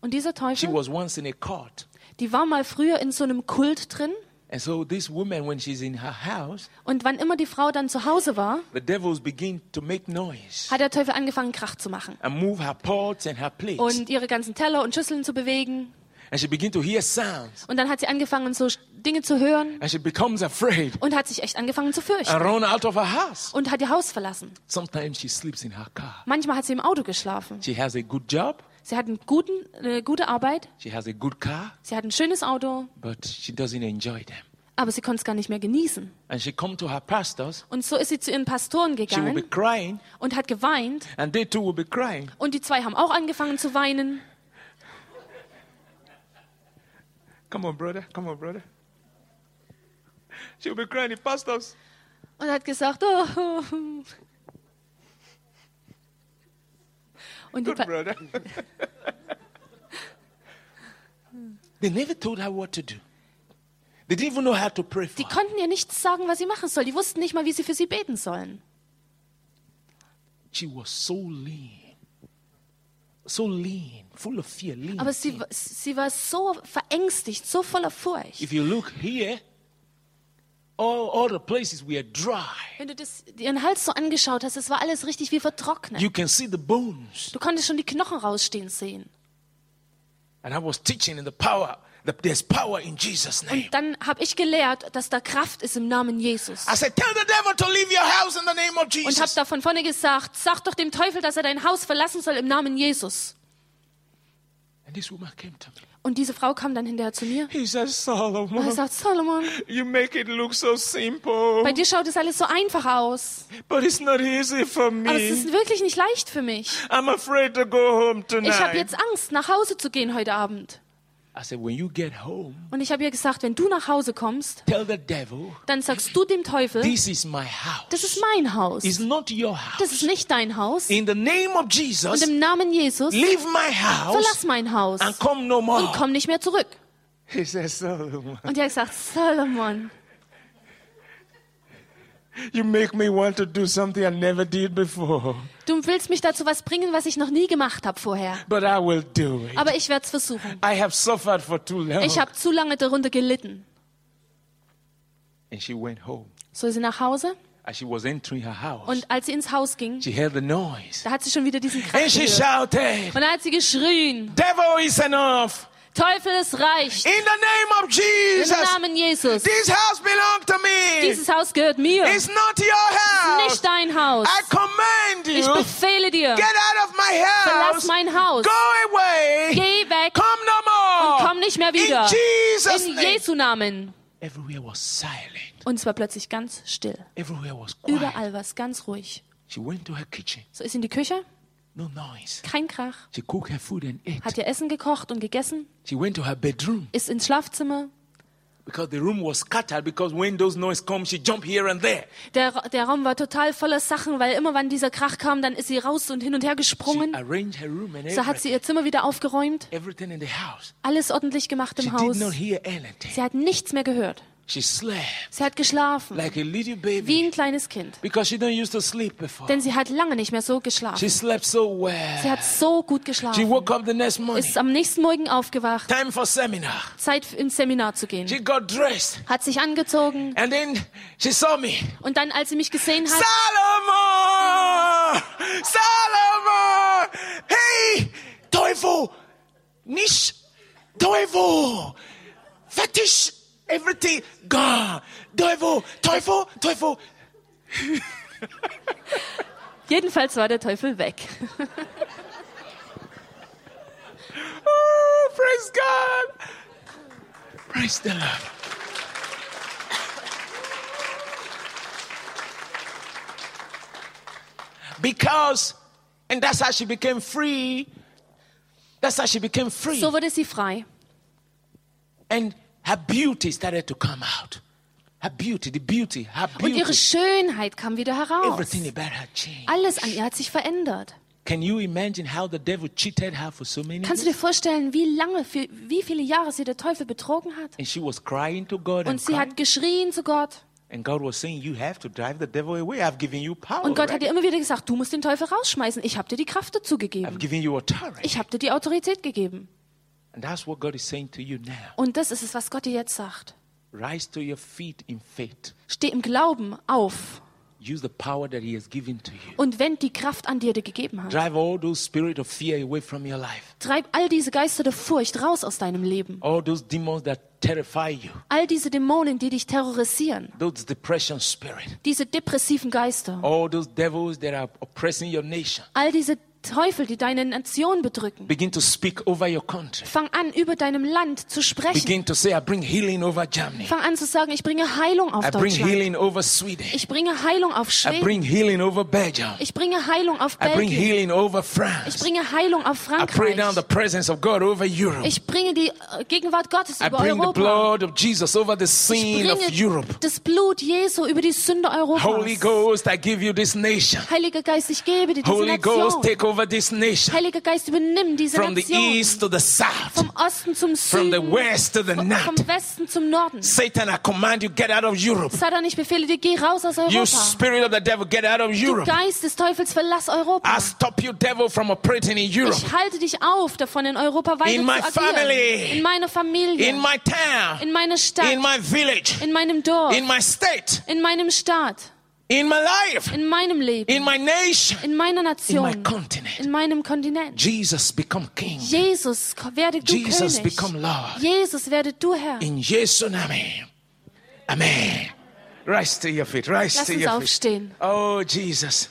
B: Und dieser
A: she
B: Teufel,
A: was once in a cult.
B: die war mal früher in so einem Kult drin.
A: And so this woman, when she's in her house,
B: Und wann immer die Frau dann zu Hause war,
A: the devils begin to make noise
B: hat der Teufel angefangen, Krach zu machen.
A: and move her pots and her plates.
B: Und ihre ganzen Teller und Schüsseln zu bewegen.
A: and she begin to hear sounds.
B: Und dann hat sie angefangen, so Dinge zu hören.
A: And she becomes afraid
B: Und hat sich echt angefangen zu
A: and
B: fürchten.
A: run out of her house.
B: Und hat ihr Haus verlassen.
A: Sometimes she sleeps in her car.
B: Manchmal hat sie im Auto geschlafen.
A: She has a good job.
B: Sie hat einen guten, eine gute Arbeit.
A: She has a good car,
B: Sie hat ein schönes Auto.
A: but she doesn't enjoy them.
B: Aber sie konnte es gar nicht mehr genießen.
A: And she come to her pastors.
B: Und so ist sie zu ihren Pastoren
A: She will be
B: gegangen
A: crying,
B: und hat geweint.
A: and they too will be crying.
B: Und die zwei haben auch angefangen zu weinen.
A: Come on, brother. Come on, brother. She will be crying, the pastors.
B: Und hat gesagt, oh. Und die
A: Good
B: pa
A: brother. they never told her what to do. They didn't even know how to pray for
B: die
A: her.
B: konnten ihr nichts sagen, was sie machen soll. Die wussten nicht mal, wie sie für sie beten sollen.
A: She was so lean. So lean, full of fear, lean.
B: Aber sie,
A: thin.
B: wa- sie war so verängstigt, so voller Furcht.
A: If you look here, all, all the places were dry.
B: Wenn du das, ihren Hals so angeschaut hast, es war alles richtig wie vertrocknet.
A: You can see the bones.
B: Du konntest schon die Knochen rausstehen sehen.
A: And I was teaching in the power, that there's power in Jesus' name.
B: Dann habe ich gelehrt, dass da Kraft ist im Namen Jesus.
A: I said, tell the devil to leave your house in the name of
B: Und habe
A: Ah, Jesus.
B: da von vorne gesagt, sag doch dem Teufel, dass er dein Haus verlassen soll im Namen Jesus.
A: And this woman came to me.
B: Und diese Frau kam dann hinterher zu mir
A: He said,
B: und hat
A: Solomon,
B: gesagt, Solomon,
A: you make it look so simple,
B: bei dir schaut es alles so einfach aus.
A: but it's not easy for
B: Aber es
A: me.
B: ist wirklich nicht leicht für mich.
A: I'm afraid to go home
B: Ich habe
A: tonight.
B: jetzt Angst, nach Hause zu gehen heute Abend.
A: I said, when you get home,
B: Und ich habe ihr gesagt, wenn du nach Hause kommst,
A: tell the devil,
B: dann sagst du dem Teufel,
A: this is my house.
B: das ist mein Haus.
A: It's not your
B: Das ist
A: house.
B: nicht dein Haus.
A: In the name of Jesus,
B: Und im Namen Jesus,
A: leave my house
B: verlass mein Haus
A: and come no
B: und
A: more.
B: komm nicht mehr zurück.
A: He said, Solomon,
B: Und er hat gesagt, Solomon,
A: you make me want to do something I never did before,
B: du willst mich dazu was bringen, was ich noch nie gemacht habe vorher.
A: but I will do it.
B: Aber ich werde es versuchen.
A: I have suffered for too long.
B: Ich habe zu lange darunter gelitten.
A: And she went home.
B: So ist sie nach Hause
A: As she was entering her house,
B: und als sie ins Haus ging,
A: she heard the noise.
B: da hat sie schon wieder diesen
A: And
B: Krach
A: she
B: gehört.
A: shouted,
B: Und da hat sie geschrien,
A: Devil is enough.
B: Teufel, es reicht.
A: In the name of
B: Im
A: Jesus,
B: Namen Jesus.
A: this house belongs to me.
B: Dieses Haus gehört mir.
A: It's not your house.
B: Nicht dein Haus.
A: I command
B: Ich
A: you,
B: befehle dir,
A: get out of my
B: verlass
A: house.
B: mein Haus.
A: Go away.
B: Geh weg
A: Come no more.
B: und komm nicht mehr wieder.
A: In Jesus'
B: In
A: name.
B: Jesu Namen.
A: Everywhere was silent.
B: Und es war plötzlich ganz still.
A: Everywhere was quiet.
B: Überall war es ganz ruhig.
A: She went to her kitchen.
B: So ist sie in die Küche,
A: No noise.
B: kein Krach,
A: She cooked her food and ate.
B: hat ihr Essen gekocht und gegessen,
A: She went to her bedroom
B: ist ins Schlafzimmer.
A: because the room was scattered. Because when those noise come, she jumped here and there.
B: Der, Ra- der Raum war total voller Sachen, weil immer wann dieser Krach kam, dann ist sie raus und hin und her
A: She
B: gesprungen.
A: arranged her room and
B: So hat sie
A: everything,
B: ihr Zimmer wieder aufgeräumt,
A: everything in the house.
B: alles ordentlich gemacht
A: She
B: im
A: did
B: Haus.
A: not hear anything.
B: Sie hat nichts mehr gehört.
A: She slept
B: Sie hat geschlafen,
A: like a little
B: wie
A: baby
B: ein kleines Kind.
A: because she don't used to sleep before.
B: Denn sie hat lange nicht mehr so
A: She
B: geschlafen.
A: slept so
B: Sie
A: well.
B: hat so gut
A: She
B: geschlafen.
A: woke up the next morning.
B: Ist am nächsten Morgen aufgewacht,
A: Time for seminar.
B: Zeit ins Seminar zu gehen.
A: She got dressed
B: Hat sich angezogen
A: and then she saw me.
B: und dann, als sie mich gesehen hat,
A: Salomon! Salomon! Hey! Teufel! Nicht Teufel! Fetish! Everything gone! Teufel! Teufel! Teufel!
B: Jedenfalls war der Teufel weg.
A: Oh, praise God! Praise the Lord! Because, and that's how she became free. That's how she became free.
B: So wurde sie frei.
A: And her beauty started to come out. Her beauty, the beauty, her
B: Und ihre
A: beauty,
B: Schönheit kam wieder
A: everything
B: heraus.
A: about her changed.
B: Alles an ihr hat sich verändert.
A: Can you imagine how the devil cheated her for so many years?
B: Kannst du dir vorstellen, wie lange, für wie viele Jahre sie der Teufel betrogen hat?
A: And she was crying to God
B: Und
A: and,
B: sie
A: crying,
B: hat geschrien zu Gott.
A: and God was saying, You have to drive the devil away. I've given you power.
B: Und Gott
A: right?
B: hat ihr immer wieder gesagt, du musst den Teufel rausschmeißen. Ich habe dir die Kraft dazu
A: I've
B: gegeben.
A: given you authority.
B: Ich habe dir die Autorität gegeben.
A: And that's what God is saying to you now.
B: Und das ist es, was Gott dir jetzt sagt.
A: Rise to your feet in faith.
B: Steh im Glauben auf
A: Use the power that He has given to you.
B: und wend die Kraft an, die er dir gegeben hat.
A: Drive all those spirit of fear away from your life.
B: Treib all diese Geister der Furcht raus aus deinem Leben.
A: All those demons that terrify you.
B: All diese Dämonen, die dich terrorisieren.
A: Those depression spirit.
B: Diese depressiven Geister.
A: all those devils that are oppressing your nation
B: All diese Teufel, die deine Nation bedrücken.
A: begin to speak over your country
B: Fang an, über deinem Land zu sprechen.
A: begin to say i bring healing over germany
B: Fang an zu sagen, ich bringe Heilung auf
A: i bring
B: Deutschland.
A: healing over sweden
B: Ich bringe Heilung auf
A: i
B: Schweden.
A: bring healing over belgium
B: Ich bringe Heilung auf
A: i bring
B: Belgien.
A: healing over
B: Ich
A: france
B: bringe Heilung auf
A: i pray down the
B: Frankreich.
A: presence of god over europe
B: Ich bringe die äh, Gegenwart Gottes
A: i
B: über
A: bring the
B: Europa.
A: blood of jesus over the
B: Ich
A: sin of
B: bringe
A: europe
B: das Blut Jesu über die Sünde
A: holy
B: Europas.
A: ghost i give you this nation
B: Heiliger Geist, ich gebe dir diese
A: holy ghost
B: Nation.
A: take over this nation
B: Heiliger Geist, übernimm diese
A: from the east
B: Nation.
A: to the south
B: Vom Osten
A: from
B: zum Süden.
A: the west to the north
B: Vom Westen zum Norden.
A: satan i command you get out of europe
B: Satan, ich befehle dir, geh raus aus
A: You
B: Europa.
A: spirit of the devil, get out of
B: Du
A: Europe.
B: Geist des Teufels, verlass Europa.
A: I stop you, devil, from operating in Europe,
B: Ich halte dich auf, davon in Europa weiter
A: In my
B: zu agieren.
A: family.
B: In meiner Familie.
A: in my town,
B: in meiner Stadt.
A: in my village,
B: in meinem Dorf.
A: in my state.
B: in meinem Staat.
A: in my life,
B: in meinem Leben,
A: in my nation,
B: in meiner
A: in my
B: Nation,
A: continent.
B: in meinem Kontinent.
A: Jesus become king.
B: Jesus, ko- werde du
A: Jesus
B: König.
A: become Lord.
B: Jesus, werde du Herr.
A: In Jesu Namen. Amen. Rise to your feet. Rise
B: Lass
A: to
B: uns
A: your
B: aufstehen.
A: feet. Oh, Jesus.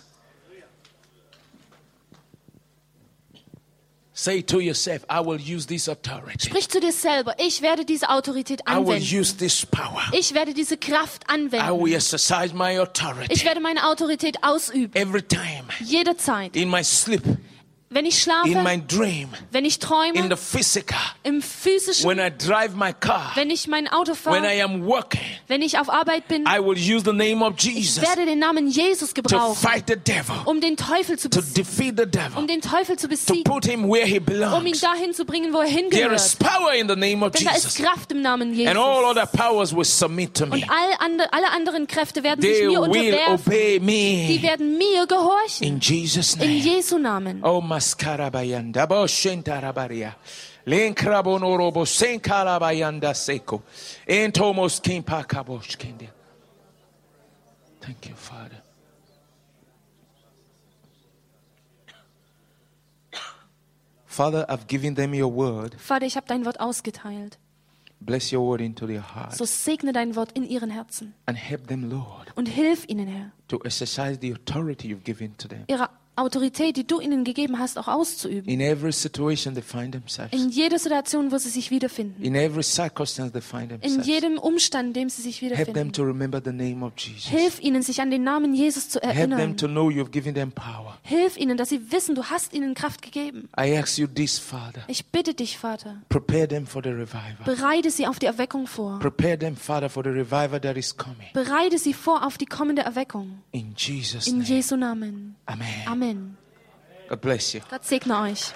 A: Say to yourself, I will use this authority.
B: Sprich zu dir selber, ich werde diese Autorität
A: I will
B: anwenden.
A: use this power.
B: Ich werde diese Kraft
A: I
B: anwenden.
A: will exercise my authority
B: Ich werde meine Autorität ausüben.
A: every time
B: Jederzeit.
A: in my sleep,
B: Wenn ich
A: in my
B: schlafe,
A: dream,
B: wenn ich
A: in the
B: träume,
A: physical,
B: im physischen,
A: when I drive my car,
B: wenn ich mein Auto
A: when I
B: fahre,
A: am working.
B: wenn ich auf Arbeit bin.
A: I will use the name of
B: Ich
A: Jesus
B: werde den Namen Jesus
A: to
B: gebrauchen,
A: fight the devil,
B: um den Teufel zu
A: to
B: besiegen.
A: defeat the devil,
B: Um den Teufel zu
A: to
B: besiegen.
A: put him where he
B: Um ihn
A: belongs.
B: dahin zu bringen, wo er
A: There is
B: hingehört.
A: power in the name of
B: Denn da ist
A: Jesus.
B: Kraft im Namen
A: And all
B: Jesus.
A: other powers will submit to me.
B: Und all ande, alle anderen Kräfte werden sich
A: They
B: mir
A: will
B: unterwerfen.
A: obey
B: Die
A: me.
B: werden mir gehorchen.
A: In Jesus'
B: In
A: name.
B: Jesu Namen.
A: Oh, maskarabayanda, boshentarabaria. Lenkrabonorobo, senkarabayanda seko. Entomos kimpakaboshkende. Thank you, Father. Father, I've given them your word.
B: Vater, ich habe dein Wort ausgeteilt.
A: Bless your word into their heart
B: So segne dein Wort in ihren Herzen
A: and help them, Lord,
B: und hilf ihnen, Herr,
A: to exercise the authority you've given to them
B: ihre Autorität, die du ihnen gegeben hast, auch auszuüben.
A: in every situation they find themselves,
B: In jeder Situation, wo sie sich wiederfinden.
A: in every circumstance they find
B: In
A: themselves.
B: jedem Umstand, in dem sie sich
A: Help them
B: wiederfinden.
A: to remember the name of Jesus.
B: Hilf ihnen, sich an den Namen Jesus zu
A: Help them
B: erinnern.
A: to know you've given them power.
B: Hilf ihnen, dass sie wissen, du hast ihnen Kraft gegeben.
A: I ask you this, Father.
B: Ich bitte dich, Vater,
A: Prepare them for the revival.
B: bereite sie auf die Erweckung vor.
A: Prepare them, Father, for the revival that is coming.
B: Bereite sie vor auf die kommende Erweckung.
A: In Jesus'
B: In
A: name.
B: Jesu Namen.
A: Amen.
B: Amen.
A: God bless you.
B: Gott segne euch.